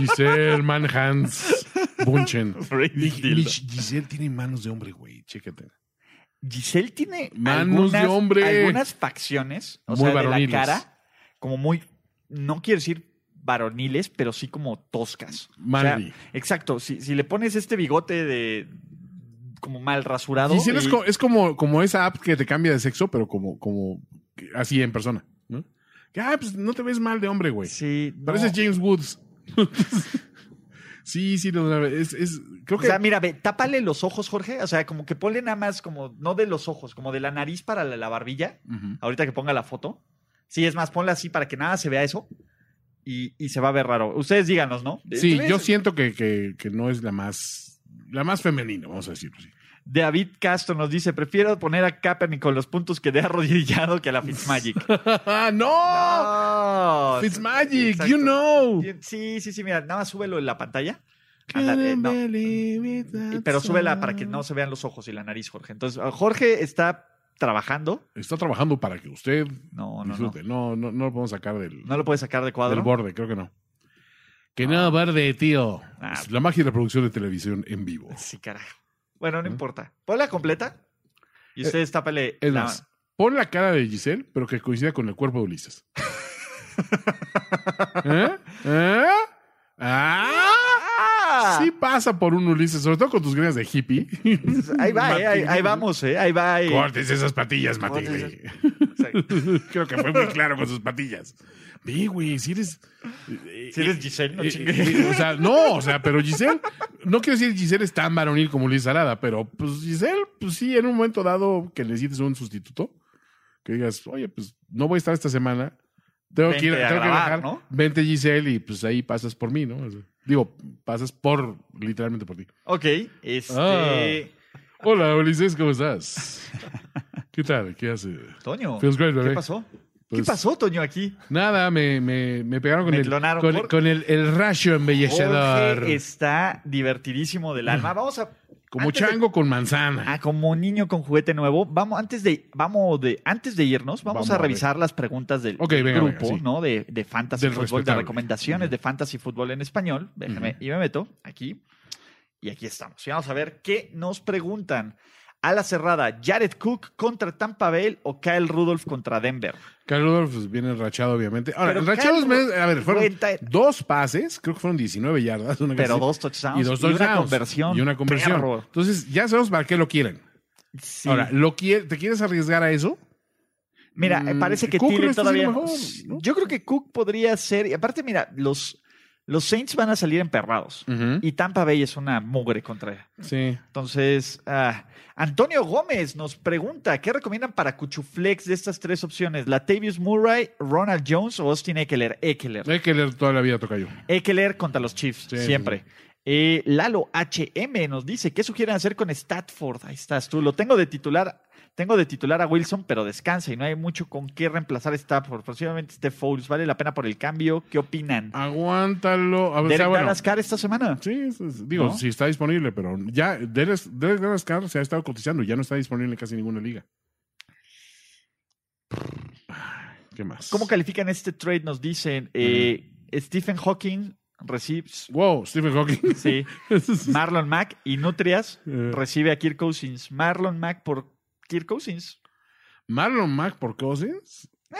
[SPEAKER 3] Giselle Manhans Bunchen.
[SPEAKER 2] sus- Brady
[SPEAKER 3] Gi-
[SPEAKER 2] Dildo.
[SPEAKER 3] Giselle tiene manos de hombre, güey. Chécate.
[SPEAKER 2] Giselle tiene
[SPEAKER 3] Manos de
[SPEAKER 2] algunas,
[SPEAKER 3] hombre.
[SPEAKER 2] algunas facciones, o
[SPEAKER 3] Muy
[SPEAKER 2] sea,
[SPEAKER 3] varoniles.
[SPEAKER 2] de la cara, como muy, no quiero decir varoniles, pero sí como toscas. O sea,
[SPEAKER 3] Manly.
[SPEAKER 2] exacto, si, si le pones este bigote de como mal rasurado. eh,
[SPEAKER 3] Giselle es,
[SPEAKER 2] y-
[SPEAKER 3] co- es como, como esa app que te cambia de sexo, pero como, como así en persona, ¿no? Que, ah, pues no te ves mal de hombre, güey.
[SPEAKER 2] Sí, no.
[SPEAKER 3] Pareces James Woods. sí, sí, no, es, es, creo
[SPEAKER 2] O
[SPEAKER 3] que
[SPEAKER 2] sea, mira, ve, tápale los ojos, Jorge. O sea, como que ponle nada más, como, no de los ojos, como de la nariz para la, la barbilla.
[SPEAKER 3] Ujú.
[SPEAKER 2] Ahorita que ponga la foto. Sí, es más, ponla así para que nada se vea eso. Y, y se va a ver raro. Ustedes díganos, ¿no?
[SPEAKER 3] sí,
[SPEAKER 2] ¿Ustedes?
[SPEAKER 3] yo siento que, que, que no es la más, la más femenina, vamos a decirlo así.
[SPEAKER 2] David Castro nos dice: prefiero poner a Kaepernick con los puntos que dé arrodillado que a la Fitzmagic.
[SPEAKER 3] ¡Ah, no!
[SPEAKER 2] No.
[SPEAKER 3] Fitzmagic,
[SPEAKER 2] Exacto.
[SPEAKER 3] you know.
[SPEAKER 2] Sí, sí, sí, mira, nada más súbelo en la pantalla. Ándale,
[SPEAKER 3] Couldn't
[SPEAKER 2] no.
[SPEAKER 3] believe it, that's
[SPEAKER 2] Pero súbela para que
[SPEAKER 3] all.
[SPEAKER 2] no se vean los ojos y la nariz, Jorge. Entonces, ah, Jorge está trabajando.
[SPEAKER 3] Está trabajando para que usted
[SPEAKER 2] No, no, no.
[SPEAKER 3] disfrute. No, no, no lo podemos sacar del,
[SPEAKER 2] No lo puedes sacar de cuadro.
[SPEAKER 3] Del borde, creo que no. Que no, verde, tío.
[SPEAKER 2] Ah.
[SPEAKER 3] Es La magia de la producción de televisión en vivo.
[SPEAKER 2] Sí, carajo. Bueno, no
[SPEAKER 3] ¿Mm?
[SPEAKER 2] importa. Ponla completa y ustedes tápale.
[SPEAKER 3] Eh, Es
[SPEAKER 2] la-
[SPEAKER 3] más, pon la cara de Giselle, pero que coincida con el cuerpo de Ulises. ¿Eh? ¿Eh? ¡Ah!
[SPEAKER 2] ¡Ah!
[SPEAKER 3] Sí pasa por un Ulises, sobre todo con tus greñas de hippie.
[SPEAKER 2] ahí va, eh, ahí,
[SPEAKER 3] Martín.
[SPEAKER 2] ahí vamos, eh, ahí va. eh.
[SPEAKER 3] Cortes esas patillas, Mati.
[SPEAKER 2] Cortes
[SPEAKER 3] güey.
[SPEAKER 2] Exacto.
[SPEAKER 3] Creo que fue muy claro con sus patillas. Ve, güey, si eres...
[SPEAKER 2] Si eres Giselle, no
[SPEAKER 3] Eh,
[SPEAKER 2] chingues.
[SPEAKER 3] eh, o sea, no, o sea, pero Giselle, no quiero decir Giselle es tan varonil como Luis Arada, pero pues Giselle, pues sí, en un momento dado que necesites un sustituto, que digas, oye, pues no voy a estar esta semana, tengo que ir,
[SPEAKER 2] Vente a
[SPEAKER 3] tengo que
[SPEAKER 2] grabar,
[SPEAKER 3] viajar,
[SPEAKER 2] ¿no?
[SPEAKER 3] vente Giselle y pues ahí pasas por mí, ¿no? O sea, digo, pasas por, literalmente por ti.
[SPEAKER 2] Ok, este.
[SPEAKER 3] Hola, Ulises, ¿cómo estás? ¿Qué tal? ¿Qué hace?
[SPEAKER 2] Toño.
[SPEAKER 3] Feels great,
[SPEAKER 2] ¿Qué
[SPEAKER 3] bebé.
[SPEAKER 2] pasó? ¿Qué
[SPEAKER 3] Pues-
[SPEAKER 2] pasó, Toño, aquí?
[SPEAKER 3] Nada, me, me, me pegaron con
[SPEAKER 2] Me
[SPEAKER 3] el
[SPEAKER 2] clonaron,
[SPEAKER 3] con,
[SPEAKER 2] Jorge.
[SPEAKER 3] con el, el rayo embellecedor.
[SPEAKER 2] Jorge está divertidísimo del alma. Vamos a.
[SPEAKER 3] Como
[SPEAKER 2] antes de-
[SPEAKER 3] chango con manzana.
[SPEAKER 2] Ah, como niño con juguete nuevo. Vamos, antes de, vamos de, antes de irnos, vamos,
[SPEAKER 3] Vamos a
[SPEAKER 2] a
[SPEAKER 3] ver.
[SPEAKER 2] revisar las preguntas del
[SPEAKER 3] Ok,
[SPEAKER 2] del
[SPEAKER 3] venga, venga,
[SPEAKER 2] grupo,
[SPEAKER 3] sí.
[SPEAKER 2] ¿no? De, de Fantasy
[SPEAKER 3] Del
[SPEAKER 2] Fútbol, de
[SPEAKER 3] respetable.
[SPEAKER 2] recomendaciones
[SPEAKER 3] Ujú.
[SPEAKER 2] de Fantasy Fútbol en español. Déjame, y me meto aquí. Y aquí estamos. Y vamos a ver qué nos preguntan. A la cerrada, Jared Cook contra Tampa Bay o Kyle Rudolph contra Denver.
[SPEAKER 3] Kyle Rudolph pues, viene rachado, obviamente. Ahora,
[SPEAKER 2] Pero
[SPEAKER 3] rachados,
[SPEAKER 2] Kyle
[SPEAKER 3] me-
[SPEAKER 2] Rudolph
[SPEAKER 3] a ver, fueron
[SPEAKER 2] cuenta-
[SPEAKER 3] dos pases, creo que fueron 19 yardas. una cosa
[SPEAKER 2] Pero
[SPEAKER 3] así,
[SPEAKER 2] dos touchdowns
[SPEAKER 3] y dos
[SPEAKER 2] una
[SPEAKER 3] touchdowns,
[SPEAKER 2] conversión.
[SPEAKER 3] Y una conversión.
[SPEAKER 2] Perro.
[SPEAKER 3] Entonces, ya sabemos para qué lo quieren.
[SPEAKER 2] Sí.
[SPEAKER 3] Ahora, ¿lo quie- ¿te quieres arriesgar a eso?
[SPEAKER 2] Mira, eh,
[SPEAKER 3] Mm,
[SPEAKER 2] parece que
[SPEAKER 3] Cook lo
[SPEAKER 2] Tilly
[SPEAKER 3] está
[SPEAKER 2] todavía.
[SPEAKER 3] haciendo
[SPEAKER 2] no-
[SPEAKER 3] mejor, ¿no?
[SPEAKER 2] Yo creo que Cook podría ser. Y aparte, mira, los, Los Saints van a salir emperrados.
[SPEAKER 3] Ujú.
[SPEAKER 2] Y Tampa Bay es una mugre contra.
[SPEAKER 3] Sí.
[SPEAKER 2] Entonces, ah, Antonio Gómez nos pregunta, ¿qué recomiendan para Cuchuflex de estas tres opciones? ¿Latavius Murray, Ronald Jones o Austin Eckler? Eckler.
[SPEAKER 3] Hay que leer toda la vida, toca yo.
[SPEAKER 2] Eckler contra los Chiefs,
[SPEAKER 3] Sí,
[SPEAKER 2] siempre. Eh, Lalo HM nos dice, ¿qué sugieren hacer con Statford? Ahí estás tú, lo tengo de titular. Tengo de titular a Wilson, pero descansa y no hay mucho con qué reemplazar a Statford. Posiblemente esté Fouls. ¿Vale la pena por el cambio? ¿Qué opinan?
[SPEAKER 3] Aguántalo. A ver, o
[SPEAKER 2] ¿Derek
[SPEAKER 3] sea, Ah, pues, bueno,
[SPEAKER 2] Dallas Carr esta semana?
[SPEAKER 3] Sí, es- es- digo,
[SPEAKER 2] ¿No?
[SPEAKER 3] si está disponible, pero ya Derek Derek Carr se ha estado cotizando, ya no está disponible en casi ninguna liga. ¿Qué más?
[SPEAKER 2] ¿Cómo califican este trade? Nos dicen eh, Stephen Hawking recibes,
[SPEAKER 3] Wow, Stephen Hawking.
[SPEAKER 2] sí, Marlon Mack y Nutrias
[SPEAKER 3] Eh.
[SPEAKER 2] recibe a Kirk Cousins. Marlon Mack por Kirk Cousins.
[SPEAKER 3] Marlon Mack por Cousins.
[SPEAKER 2] Eh.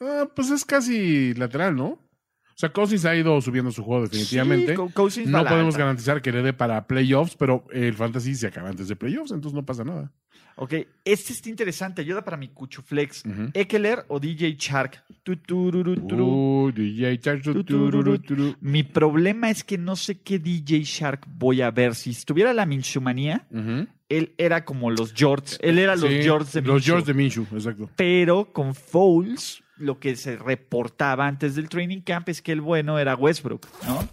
[SPEAKER 3] Ah, pues es casi lateral, ¿no? O sea, Cousins ha ido subiendo su juego definitivamente.
[SPEAKER 2] Sí, Co- Cousins va a
[SPEAKER 3] no
[SPEAKER 2] la
[SPEAKER 3] podemos
[SPEAKER 2] alta.
[SPEAKER 3] garantizar que le dé para playoffs, pero el fantasy se acaba antes de playoffs, entonces no pasa nada.
[SPEAKER 2] Ok, este está interesante. Ayuda para mi cuchuflex.
[SPEAKER 3] Ujú. Uh.
[SPEAKER 2] Ekeler o DJ Shark. Tu, tururu, turu.
[SPEAKER 3] Uy, DJ Charles,
[SPEAKER 2] Tu,
[SPEAKER 3] tururu,
[SPEAKER 2] tururu.
[SPEAKER 3] turu.
[SPEAKER 2] Mi problema es que no sé qué DJ Shark voy a ver. Si estuviera la Minshumanía,
[SPEAKER 3] Ujú.
[SPEAKER 2] él era como los Jorts. Él era los
[SPEAKER 3] Sí,
[SPEAKER 2] Jorts de
[SPEAKER 3] Los
[SPEAKER 2] Minshew.
[SPEAKER 3] George de Minshew, exacto.
[SPEAKER 2] pero con Foles lo que se reportaba antes del training camp es que el bueno era Westbrook, ¿no?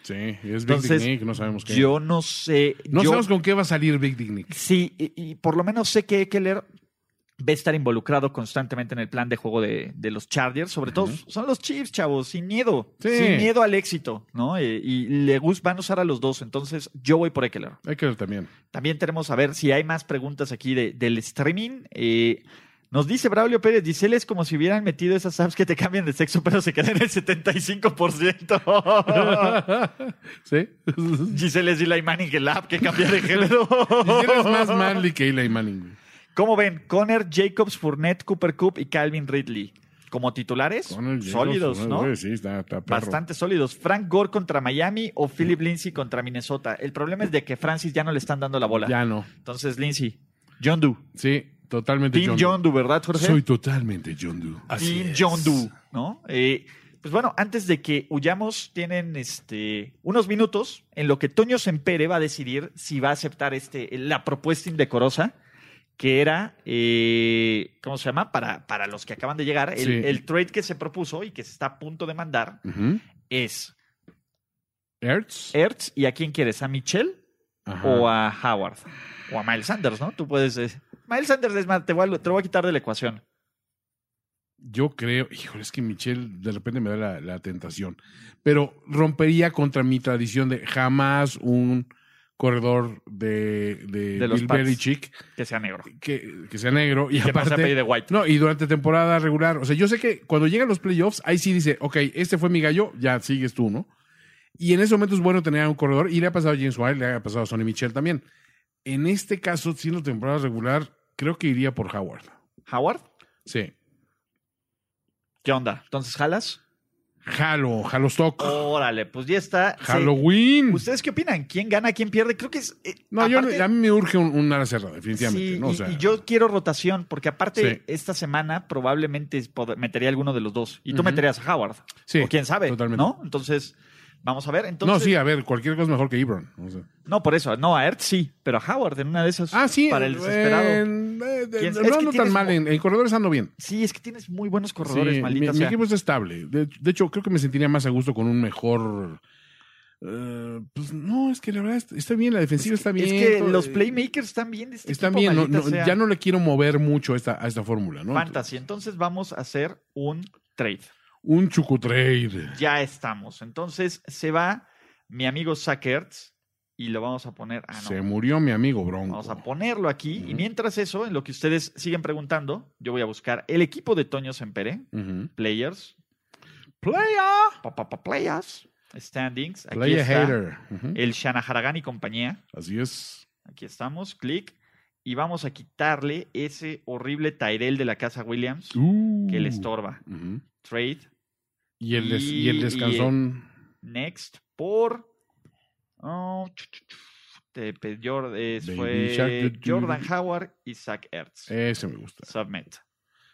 [SPEAKER 3] Sí, es Big
[SPEAKER 2] Entonces,
[SPEAKER 3] Dick Nick, no sabemos qué.
[SPEAKER 2] Yo no sé.
[SPEAKER 3] no
[SPEAKER 2] yo-
[SPEAKER 3] sabemos con qué va a salir Big Dick Nick.
[SPEAKER 2] Sí, y, y por lo menos sé que Eckler va a estar involucrado constantemente en el plan de juego de, de los Chargers, sobre todo son los Chiefs, chavos, sin miedo,
[SPEAKER 3] Sí.
[SPEAKER 2] sin miedo al éxito, ¿no? Eh, y le gus- van a usar a los dos, entonces yo voy por Eckler.
[SPEAKER 3] Hay que ver también.
[SPEAKER 2] También tenemos a ver si hay más preguntas aquí de- del streaming. Eh, nos dice Braulio Pérez, dice, "Él es como si hubieran metido esas apps que te cambian de sexo, pero se quedan en el 75%.
[SPEAKER 3] ¿Sí?
[SPEAKER 2] Giselle es Eli Manning, el app que cambia de género.
[SPEAKER 3] Eres más manly que Eli Manning. güey.
[SPEAKER 2] ¿Cómo ven? Conner, Jacobs, Fournette, Cooper Cup y Calvin Ridley. Como titulares,
[SPEAKER 3] Con el Jacobs,
[SPEAKER 2] sólidos,
[SPEAKER 3] con-
[SPEAKER 2] ¿no?
[SPEAKER 3] güey, Sí, está, está perro.
[SPEAKER 2] Bastante sólidos. Frank Gore contra Miami o Philip Lindsay contra Minnesota. El problema es de que Francis ya no le están dando la bola.
[SPEAKER 3] Ya no.
[SPEAKER 2] Entonces, Lindsay, John Doe.
[SPEAKER 3] Sí, totalmente
[SPEAKER 2] Team
[SPEAKER 3] John Doe.
[SPEAKER 2] John Doe, ¿verdad, Jorge?
[SPEAKER 3] Soy totalmente John Doe.
[SPEAKER 2] Team John Doe, ¿no? Eh, pues bueno, antes de que huyamos, tienen este, unos minutos en lo que Toño Sempere va a decidir si va a aceptar este, la propuesta indecorosa, que era, eh, ¿cómo se llama? Para, para los que acaban de llegar, el,
[SPEAKER 3] Sí.
[SPEAKER 2] el trade que se propuso y que se está a punto de mandar
[SPEAKER 3] Ujú.
[SPEAKER 2] es
[SPEAKER 3] Ertz.
[SPEAKER 2] Ertz y a quién quieres, a Michelle
[SPEAKER 3] Ajá.
[SPEAKER 2] Eh, o a Howard o a Miles Sanders, ¿no? Tú puedes... eh, Miles Sanders, es más, te voy, a, te voy a quitar de la ecuación.
[SPEAKER 3] Yo creo, híjole, es que Michelle de repente me da la, la tentación. Pero rompería contra mi tradición de jamás un corredor de, de,
[SPEAKER 2] De los
[SPEAKER 3] Bill
[SPEAKER 2] Pats.
[SPEAKER 3] Belichick
[SPEAKER 2] Que sea negro.
[SPEAKER 3] que, que sea negro y,
[SPEAKER 2] Que no sea
[SPEAKER 3] aparte.
[SPEAKER 2] de White.
[SPEAKER 3] No, y durante temporada regular. O sea, yo sé que cuando llegan los playoffs, ahí sí dice, ok, este fue mi gallo, ya sigues tú, ¿no? Y en ese momento es bueno tener a un corredor. Y le ha pasado a James White, le ha pasado a Sonny Michel también. En este caso, siendo temporada regular, creo que iría por Howard.
[SPEAKER 2] ¿Howard?
[SPEAKER 3] Sí.
[SPEAKER 2] ¿Qué onda? Entonces, ¿jalas?
[SPEAKER 3] Halo, Halostock.
[SPEAKER 2] Órale, pues ya está. Se-
[SPEAKER 3] Halloween.
[SPEAKER 2] ¿Ustedes qué opinan? ¿Quién gana? ¿Quién pierde? Creo que es. eh,
[SPEAKER 3] No, yo-
[SPEAKER 2] aparte-
[SPEAKER 3] a mí me urge un, un ala cerrada, definitivamente.
[SPEAKER 2] Sí,
[SPEAKER 3] ¿no? O
[SPEAKER 2] y,
[SPEAKER 3] sea,
[SPEAKER 2] y yo quiero rotación, porque aparte
[SPEAKER 3] Sí.
[SPEAKER 2] esta semana probablemente pod- metería alguno de los dos. Y tú
[SPEAKER 3] Ujú.
[SPEAKER 2] meterías a Howard.
[SPEAKER 3] Sí,
[SPEAKER 2] o quién sabe.
[SPEAKER 3] totalmente.
[SPEAKER 2] ¿No? Entonces, vamos a ver. Entonces,
[SPEAKER 3] no, sí, a ver, cualquier cosa es mejor que Ebron. o sea.
[SPEAKER 2] no, por eso. No, a Ertz sí, pero a Howard en una de esas.
[SPEAKER 3] Ah, sí.
[SPEAKER 2] Para el desesperado.
[SPEAKER 3] en- eh, de-
[SPEAKER 2] ¿Quién- es
[SPEAKER 3] no
[SPEAKER 2] que
[SPEAKER 3] ando tan
[SPEAKER 2] tienes
[SPEAKER 3] mal.
[SPEAKER 2] mo-
[SPEAKER 3] En, en corredores ando bien.
[SPEAKER 2] Sí, es que tienes muy buenos corredores,
[SPEAKER 3] Sí,
[SPEAKER 2] maldita
[SPEAKER 3] mi, mi
[SPEAKER 2] sea.
[SPEAKER 3] equipo está estable. De, de hecho, creo que me sentiría más a gusto con un mejor. eh, pues no, es que la verdad est- está bien, la defensiva está bien.
[SPEAKER 2] es que
[SPEAKER 3] todo,
[SPEAKER 2] los
[SPEAKER 3] eh,
[SPEAKER 2] playmakers están bien. de Este
[SPEAKER 3] Están
[SPEAKER 2] equipo,
[SPEAKER 3] bien, no-
[SPEAKER 2] maldita
[SPEAKER 3] no,
[SPEAKER 2] sea.
[SPEAKER 3] ya no le quiero mover mucho a esta, a esta fórmula, ¿no?
[SPEAKER 2] Fantasy. Entonces, vamos a hacer un trade.
[SPEAKER 3] Un chucutrade.
[SPEAKER 2] ya estamos. Entonces se va mi amigo Sackerts y lo vamos a poner. Ah,
[SPEAKER 3] Se
[SPEAKER 2] no.
[SPEAKER 3] murió mi amigo Bronco.
[SPEAKER 2] Vamos a ponerlo aquí. Y
[SPEAKER 3] Ujú.
[SPEAKER 2] mientras eso, en lo que ustedes siguen preguntando, yo voy a buscar el equipo de Toño Sempere,
[SPEAKER 3] Ujú.
[SPEAKER 2] players,
[SPEAKER 3] Player.
[SPEAKER 2] pa, pa, pa, players, standings. Aquí
[SPEAKER 3] Player
[SPEAKER 2] está
[SPEAKER 3] hater. Ujú.
[SPEAKER 2] el Shanaharagán y compañía.
[SPEAKER 3] Así es.
[SPEAKER 2] Aquí estamos, clic. Y vamos a quitarle ese horrible Tyrell de la casa Williams que le estorba.
[SPEAKER 3] Uh. Ujú.
[SPEAKER 2] Trade,
[SPEAKER 3] Y el, des- y
[SPEAKER 2] Y-
[SPEAKER 3] el descansón.
[SPEAKER 2] next, por. oh, chu, chu, chu, te pe- Jor- es-
[SPEAKER 3] Baby
[SPEAKER 2] fue
[SPEAKER 3] Shark, du- du- Eh,
[SPEAKER 2] Jordan Howard y Zach Ertz.
[SPEAKER 3] Ese me gusta.
[SPEAKER 2] Submit.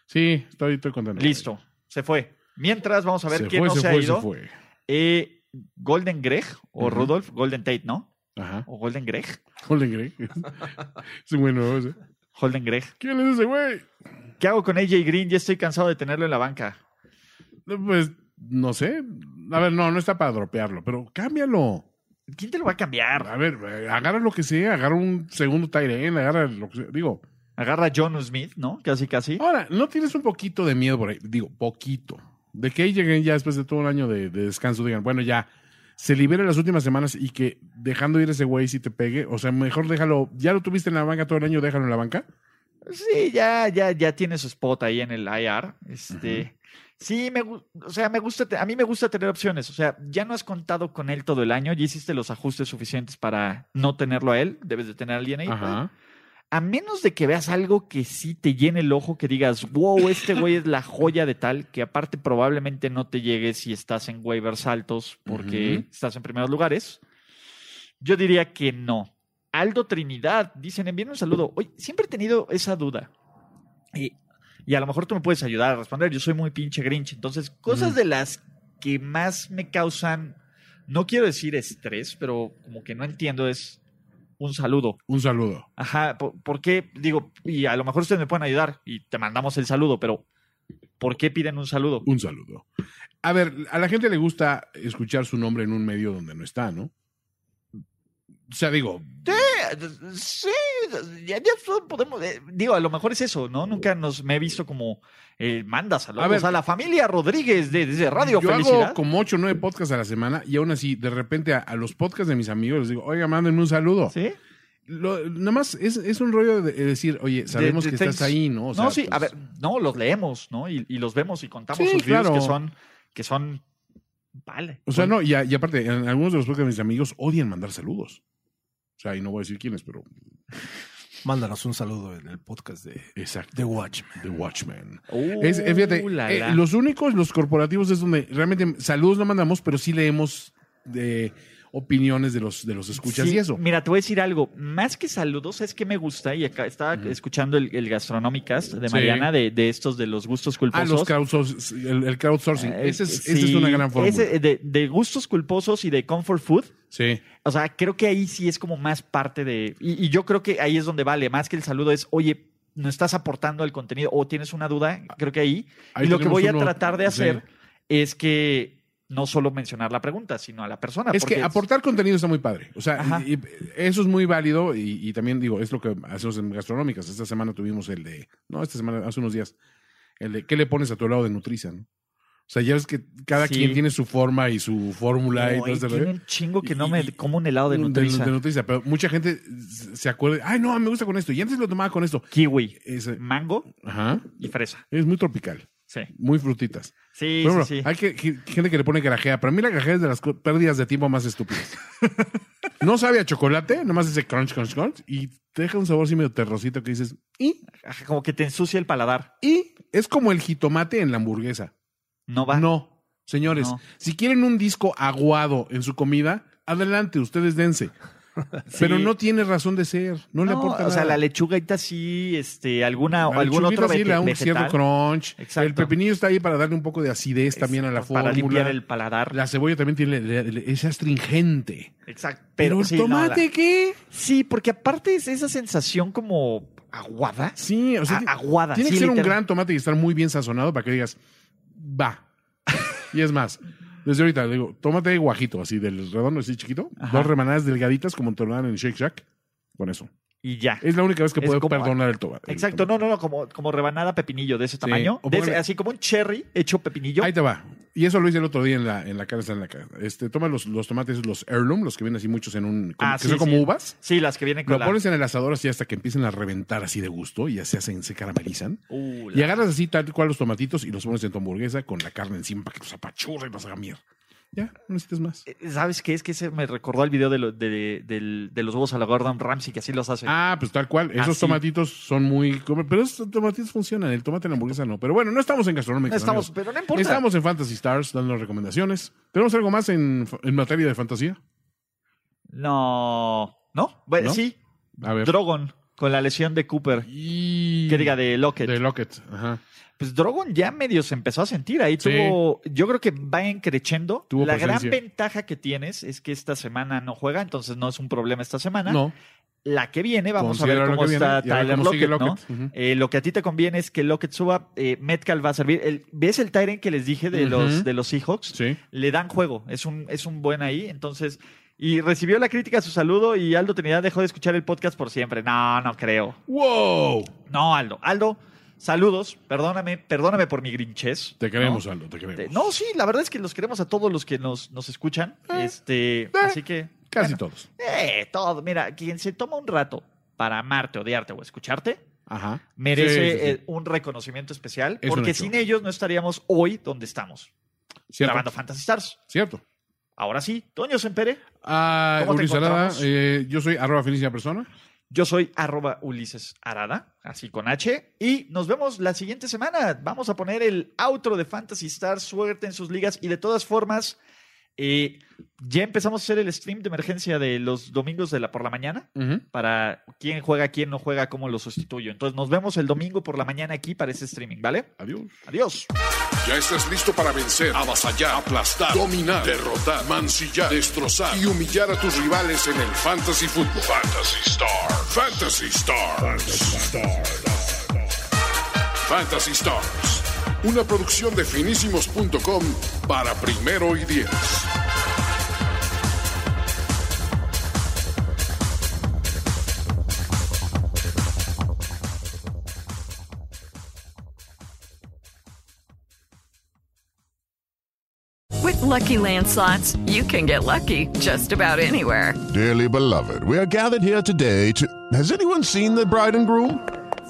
[SPEAKER 3] Sí, estoy, estoy contento.
[SPEAKER 2] Listo, se fue. Mientras vamos a ver
[SPEAKER 3] Se
[SPEAKER 2] quién
[SPEAKER 3] fue,
[SPEAKER 2] no
[SPEAKER 3] se
[SPEAKER 2] se, ha
[SPEAKER 3] fue, se
[SPEAKER 2] ido.
[SPEAKER 3] fue.
[SPEAKER 2] eh, Golden Greg o
[SPEAKER 3] Ujú.
[SPEAKER 2] Rudolph Golden Tate, ¿no?
[SPEAKER 3] Ajá.
[SPEAKER 2] O Golden Greg.
[SPEAKER 3] Holden Greg. es un buen nuevo. ese.
[SPEAKER 2] Golden Greg.
[SPEAKER 3] ¿Quién es ese güey?
[SPEAKER 2] ¿Qué hago con AJ Green? Ya estoy cansado de tenerlo en la banca.
[SPEAKER 3] No, Pues no sé. A ver, no, no está para dropearlo, pero cámbialo.
[SPEAKER 2] ¿Quién te lo va a cambiar?
[SPEAKER 3] A ver, eh, agarra lo que sea, agarra un segundo Tyren, agarra lo que sea. Digo,
[SPEAKER 2] Agarra a John Smith, ¿no? Casi, casi.
[SPEAKER 3] ahora, ¿no tienes un poquito de miedo por ahí? Digo, poquito. De que ahí lleguen ya después de todo un año de, de descanso, digan, bueno, ya se libere las últimas semanas y que dejando ir ese güey si te pegue, o sea, mejor déjalo, ya lo tuviste en la banca todo el año, déjalo en la banca.
[SPEAKER 2] Sí, ya, ya, ya tiene su spot ahí en el IR. Este, sí, me, gu- o sea, me gusta, te- a mí me gusta tener opciones. O sea, ya no has contado con él todo el año, ya hiciste los ajustes suficientes para no tenerlo a él. Debes de tener a alguien ahí.
[SPEAKER 3] Ajá.
[SPEAKER 2] A menos de que veas algo que sí te llene el ojo, que digas, wow, este güey es la joya de tal, que aparte probablemente no te llegue si estás en waivers altos porque
[SPEAKER 3] Ujú.
[SPEAKER 2] estás en primeros lugares. Yo diría que no. Aldo Trinidad, dicen, envíen un saludo. Oye, siempre he tenido esa duda. Y, y a lo mejor tú me puedes ayudar a responder. Yo soy muy pinche grinch. Entonces, cosas
[SPEAKER 3] Ujú.
[SPEAKER 2] de las que más me causan, no quiero decir estrés, pero como que no entiendo es un saludo.
[SPEAKER 3] Un saludo.
[SPEAKER 2] Ajá, ¿por, por qué? Digo, y a lo mejor ustedes me pueden ayudar y te mandamos el saludo, pero ¿por qué piden un saludo?
[SPEAKER 3] Un saludo. A ver, a la gente le gusta escuchar su nombre en un medio donde no está, ¿no? O sea, digo,
[SPEAKER 2] Sí, ya, podemos. eh, digo, a lo mejor es eso, ¿no? Nunca nos me he visto como eh, manda saludos a,
[SPEAKER 3] A ver.
[SPEAKER 2] la familia Rodríguez de, de Radio
[SPEAKER 3] yo
[SPEAKER 2] Felicidad.
[SPEAKER 3] hago como 8 o 9 podcasts a la semana y aún así, de repente, a, a los podcasts de mis amigos les digo, oiga, mándenme un saludo.
[SPEAKER 2] ¿Sí?
[SPEAKER 3] Lo- nada más es, es un rollo de decir, oye, sabemos
[SPEAKER 2] de
[SPEAKER 3] que
[SPEAKER 2] thanks.
[SPEAKER 3] estás ahí, ¿no? O sea,
[SPEAKER 2] no, sí, a
[SPEAKER 3] pues,
[SPEAKER 2] ver, no, los leemos, ¿no? Y, y los vemos y contamos
[SPEAKER 3] Sí,
[SPEAKER 2] sus views
[SPEAKER 3] claro.
[SPEAKER 2] que son, que son, vale.
[SPEAKER 3] O sea, no, y, a- y aparte, en algunos de los podcasts de mis amigos odian mandar saludos. O sea, y no voy a decir quiénes, pero
[SPEAKER 5] Mándanos un saludo en el podcast de,
[SPEAKER 3] exacto.
[SPEAKER 5] de Watchmen.
[SPEAKER 3] The Watchmen.
[SPEAKER 2] Uh,
[SPEAKER 3] Es, eh, fíjate,
[SPEAKER 2] la,
[SPEAKER 3] eh,
[SPEAKER 2] la.
[SPEAKER 3] los únicos, los corporativos, es donde realmente saludos no mandamos, pero sí leemos de opiniones de los, de los escuchas
[SPEAKER 2] Sí,
[SPEAKER 3] y eso.
[SPEAKER 2] Mira, te voy a decir algo. Más que saludos, es que me gusta. Y acá estaba escuchando el, el Gastronomicast de
[SPEAKER 3] Sí.
[SPEAKER 2] Mariana, de, de estos de los gustos culposos.
[SPEAKER 3] Ah, los crowdsourcing, el, el crowdsourcing.
[SPEAKER 2] Eh,
[SPEAKER 3] Ese es,
[SPEAKER 2] sí,
[SPEAKER 3] esa es una gran fórmula.
[SPEAKER 2] ese, eh, de, de gustos culposos y de comfort food.
[SPEAKER 3] Sí.
[SPEAKER 2] O sea, creo que ahí sí es como más parte de. Y, y yo creo que ahí es donde vale. Más que el saludo es, oye, no estás aportando al contenido o tienes una duda. Creo que ahí.
[SPEAKER 3] Ahí
[SPEAKER 2] y lo que
[SPEAKER 3] tenemos
[SPEAKER 2] voy a
[SPEAKER 3] uno-
[SPEAKER 2] tratar de
[SPEAKER 3] sí.
[SPEAKER 2] hacer es que no solo mencionar la pregunta, sino a la persona.
[SPEAKER 3] Es que
[SPEAKER 2] Ah, porque
[SPEAKER 3] aportar contenido está muy padre. O sea,
[SPEAKER 2] Ajá.
[SPEAKER 3] y- y eso es muy válido y, y también digo, es lo que hacemos en gastronómicas. Esta semana tuvimos el de, no, esta semana, hace unos días, el de ¿qué le pones a tu lado de Nutriza? no? O sea, ya ves que cada
[SPEAKER 2] Sí.
[SPEAKER 3] quien tiene su forma y su fórmula y
[SPEAKER 2] Ay,
[SPEAKER 3] todo este
[SPEAKER 2] tiene
[SPEAKER 3] rollo.
[SPEAKER 2] un chingo que no
[SPEAKER 3] Y-
[SPEAKER 2] me
[SPEAKER 3] y-
[SPEAKER 2] como un helado de Nutriza.
[SPEAKER 3] de Nutriza, pero mucha gente se se acuerda, ay, no, me gusta con esto. Y antes lo tomaba con esto.
[SPEAKER 2] Kiwi,
[SPEAKER 3] Ese-
[SPEAKER 2] mango
[SPEAKER 3] ajá,
[SPEAKER 2] y fresa.
[SPEAKER 3] es muy tropical,
[SPEAKER 2] Sí.
[SPEAKER 3] muy frutitas.
[SPEAKER 2] Sí,
[SPEAKER 3] Por ejemplo,
[SPEAKER 2] sí, sí.
[SPEAKER 3] hay que, que- gente que le pone grajea. Para mí la grajea es de las co- pérdidas de tiempo más estúpidas. no sabe a chocolate, nomás ese crunch, crunch, crunch, y te deja un sabor así medio terrocito que dices, y,
[SPEAKER 2] Ajá, Como que te ensucia el paladar.
[SPEAKER 3] y es como el jitomate en la hamburguesa.
[SPEAKER 2] No va.
[SPEAKER 3] No, señores,
[SPEAKER 2] No.
[SPEAKER 3] si quieren un disco aguado en su comida, adelante, ustedes dense.
[SPEAKER 2] Sí.
[SPEAKER 3] Pero no tiene razón de ser, no, le
[SPEAKER 2] No, O
[SPEAKER 3] aporta nada.
[SPEAKER 2] sea, la lechuguita sí, este, alguna,
[SPEAKER 3] La
[SPEAKER 2] algún otro
[SPEAKER 3] lechuguita sí le da
[SPEAKER 2] vege-
[SPEAKER 3] un
[SPEAKER 2] vegetal
[SPEAKER 3] cierto crunch.
[SPEAKER 2] Exacto.
[SPEAKER 3] El pepinillo está ahí para darle un poco de acidez también a la
[SPEAKER 2] para
[SPEAKER 3] fórmula.
[SPEAKER 2] limpiar el paladar.
[SPEAKER 3] La cebolla también tiene, le- le- es astringente.
[SPEAKER 2] Exacto.
[SPEAKER 3] Pero,
[SPEAKER 2] Pero,
[SPEAKER 3] el
[SPEAKER 2] sí, no, la-
[SPEAKER 3] tomate, ¿qué?
[SPEAKER 2] Sí, porque aparte es esa sensación como aguada.
[SPEAKER 3] Sí, o sea,
[SPEAKER 2] A-
[SPEAKER 3] ti-
[SPEAKER 2] aguada.
[SPEAKER 3] tiene que
[SPEAKER 2] sí,
[SPEAKER 3] ser un
[SPEAKER 2] literal.
[SPEAKER 3] gran tomate y estar muy bien sazonado para que digas, va. y es más, desde ahorita le digo, tomate guajito, así del redondo, así chiquito,
[SPEAKER 2] Ajá.
[SPEAKER 3] dos remanadas delgaditas como tornaban en Shake Shack. Con eso.
[SPEAKER 2] Y ya.
[SPEAKER 3] Es la única vez que
[SPEAKER 2] Es
[SPEAKER 3] puedo
[SPEAKER 2] como-
[SPEAKER 3] perdonar el tomate.
[SPEAKER 2] Exacto, no, no, no, como, como rebanada pepinillo de ese tamaño.
[SPEAKER 3] o
[SPEAKER 2] de ese-
[SPEAKER 3] póngale-
[SPEAKER 2] así como un cherry hecho pepinillo.
[SPEAKER 3] Ahí te va. Y eso lo hice el otro día en la, en la cara, está en la cara. Este, toma los, los tomates, los heirloom, los que vienen así muchos en un. como-
[SPEAKER 2] Ah,
[SPEAKER 3] que
[SPEAKER 2] sí,
[SPEAKER 3] son como
[SPEAKER 2] sí.
[SPEAKER 3] uvas.
[SPEAKER 2] Sí, las que vienen con
[SPEAKER 3] Lo
[SPEAKER 2] la...
[SPEAKER 3] pones en el asador así hasta que empiecen a reventar así de gusto y ya se hacen, se caramelizan.
[SPEAKER 2] Uh, la-
[SPEAKER 3] Y agarras así tal cual los tomatitos y los pones en tu hamburguesa con la carne encima para que los apachurre y los haga mierda. Ya, no necesitas más.
[SPEAKER 2] Eh, ¿Sabes qué? Es que se me recordó el video de, lo- de- del- de los huevos a la Gordon Ramsay, que así los hace.
[SPEAKER 3] Ah, pues tal cual. Esos
[SPEAKER 2] Así.
[SPEAKER 3] tomatitos son muy... come- Pero esos tomatitos funcionan. El tomate en la hamburguesa no. Pero bueno, no estamos en
[SPEAKER 2] No
[SPEAKER 3] gastronómica.
[SPEAKER 2] estamos,
[SPEAKER 3] amigos.
[SPEAKER 2] pero no importa.
[SPEAKER 3] Estamos en Fantasy Stars dando recomendaciones. ¿Tenemos algo más en, fa- en materia de fantasía?
[SPEAKER 2] No, no, bueno,
[SPEAKER 3] ¿No?
[SPEAKER 2] sí,
[SPEAKER 3] A ver.
[SPEAKER 2] Drogon. con la lesión de Cooper.
[SPEAKER 3] Y...
[SPEAKER 2] Que diga, de Lockett.
[SPEAKER 3] De Lockett, ajá.
[SPEAKER 2] Pues Drogon ya medio se empezó a sentir. Ahí
[SPEAKER 3] Sí.
[SPEAKER 2] tuvo. Yo creo que va encrechendo.
[SPEAKER 3] Tuvo
[SPEAKER 2] la gran
[SPEAKER 3] presencia.
[SPEAKER 2] ventaja que tienes es que esta semana no juega, entonces no es un problema esta semana.
[SPEAKER 3] No,
[SPEAKER 2] La que viene, vamos a
[SPEAKER 3] Considera
[SPEAKER 2] ver
[SPEAKER 3] lo
[SPEAKER 2] cómo
[SPEAKER 3] que viene
[SPEAKER 2] está
[SPEAKER 3] y a ver
[SPEAKER 2] Tyler
[SPEAKER 3] cómo sigue
[SPEAKER 2] Lockett, ¿no?
[SPEAKER 3] Lockett. Ujú.
[SPEAKER 2] Eh, lo que a ti te conviene es que Lockett suba, eh, Metcalf va a servir. El- ¿Ves el Tyrant que les dije de,
[SPEAKER 3] Ujú.
[SPEAKER 2] los, de los Seahawks?
[SPEAKER 3] sí.
[SPEAKER 2] le dan juego. Es un, es un buen ahí. Entonces, y recibió la crítica a su saludo y Aldo Trinidad dejó de escuchar el podcast por siempre. No, no creo.
[SPEAKER 3] ¡Wow!
[SPEAKER 2] No, Aldo. Aldo, saludos. Perdóname, perdóname por mi grinchez.
[SPEAKER 3] Te queremos, Aldo, te queremos.
[SPEAKER 2] Te- No, sí, la verdad es que los queremos a todos los que nos, nos escuchan. este, así que.
[SPEAKER 3] Casi todos.
[SPEAKER 2] Eh, todo. Mira, quien se toma un rato para amarte, odiarte o escucharte,
[SPEAKER 3] Ajá.
[SPEAKER 2] merece
[SPEAKER 3] Sí, sí, sí.
[SPEAKER 2] eh, un reconocimiento especial.
[SPEAKER 3] Es un
[SPEAKER 2] porque
[SPEAKER 3] hecho.
[SPEAKER 2] sin ellos no estaríamos hoy donde estamos, grabando
[SPEAKER 3] Cierto.
[SPEAKER 2] Fantasy Stars.
[SPEAKER 3] Cierto.
[SPEAKER 2] Ahora sí, Toño Sempere.
[SPEAKER 3] Ah,
[SPEAKER 2] ¿Cómo te
[SPEAKER 3] Uri Salada,
[SPEAKER 2] encontramos?
[SPEAKER 3] eh, yo soy arroba feliz y persona.
[SPEAKER 2] Yo soy arroba Ulises Arada, así con H. Y nos vemos la siguiente semana. Vamos a poner el outro de Fantasy Stars, suerte en sus ligas. Y de todas formas, eh, ya empezamos a hacer el stream de emergencia de los domingos de la, por la mañana
[SPEAKER 3] Ujú.
[SPEAKER 2] para quién juega, quién no juega, cómo lo sustituyo. Entonces nos vemos el domingo por la mañana aquí para ese streaming, ¿vale?
[SPEAKER 3] Adiós.
[SPEAKER 2] Adiós.
[SPEAKER 1] Ya estás listo para vencer, avasallar, aplastar, dominar, derrotar, mancillar, destrozar y humillar a tus rivales en el Fantasy Football. Fantasy Star. Fantasy Stars. Fantasy Stars. Una producción de finísimos.com para primero y diez.
[SPEAKER 6] With Lucky Land slots, you can get lucky just about anywhere.
[SPEAKER 7] Dearly beloved, we are gathered here today to. Has anyone seen the bride and groom?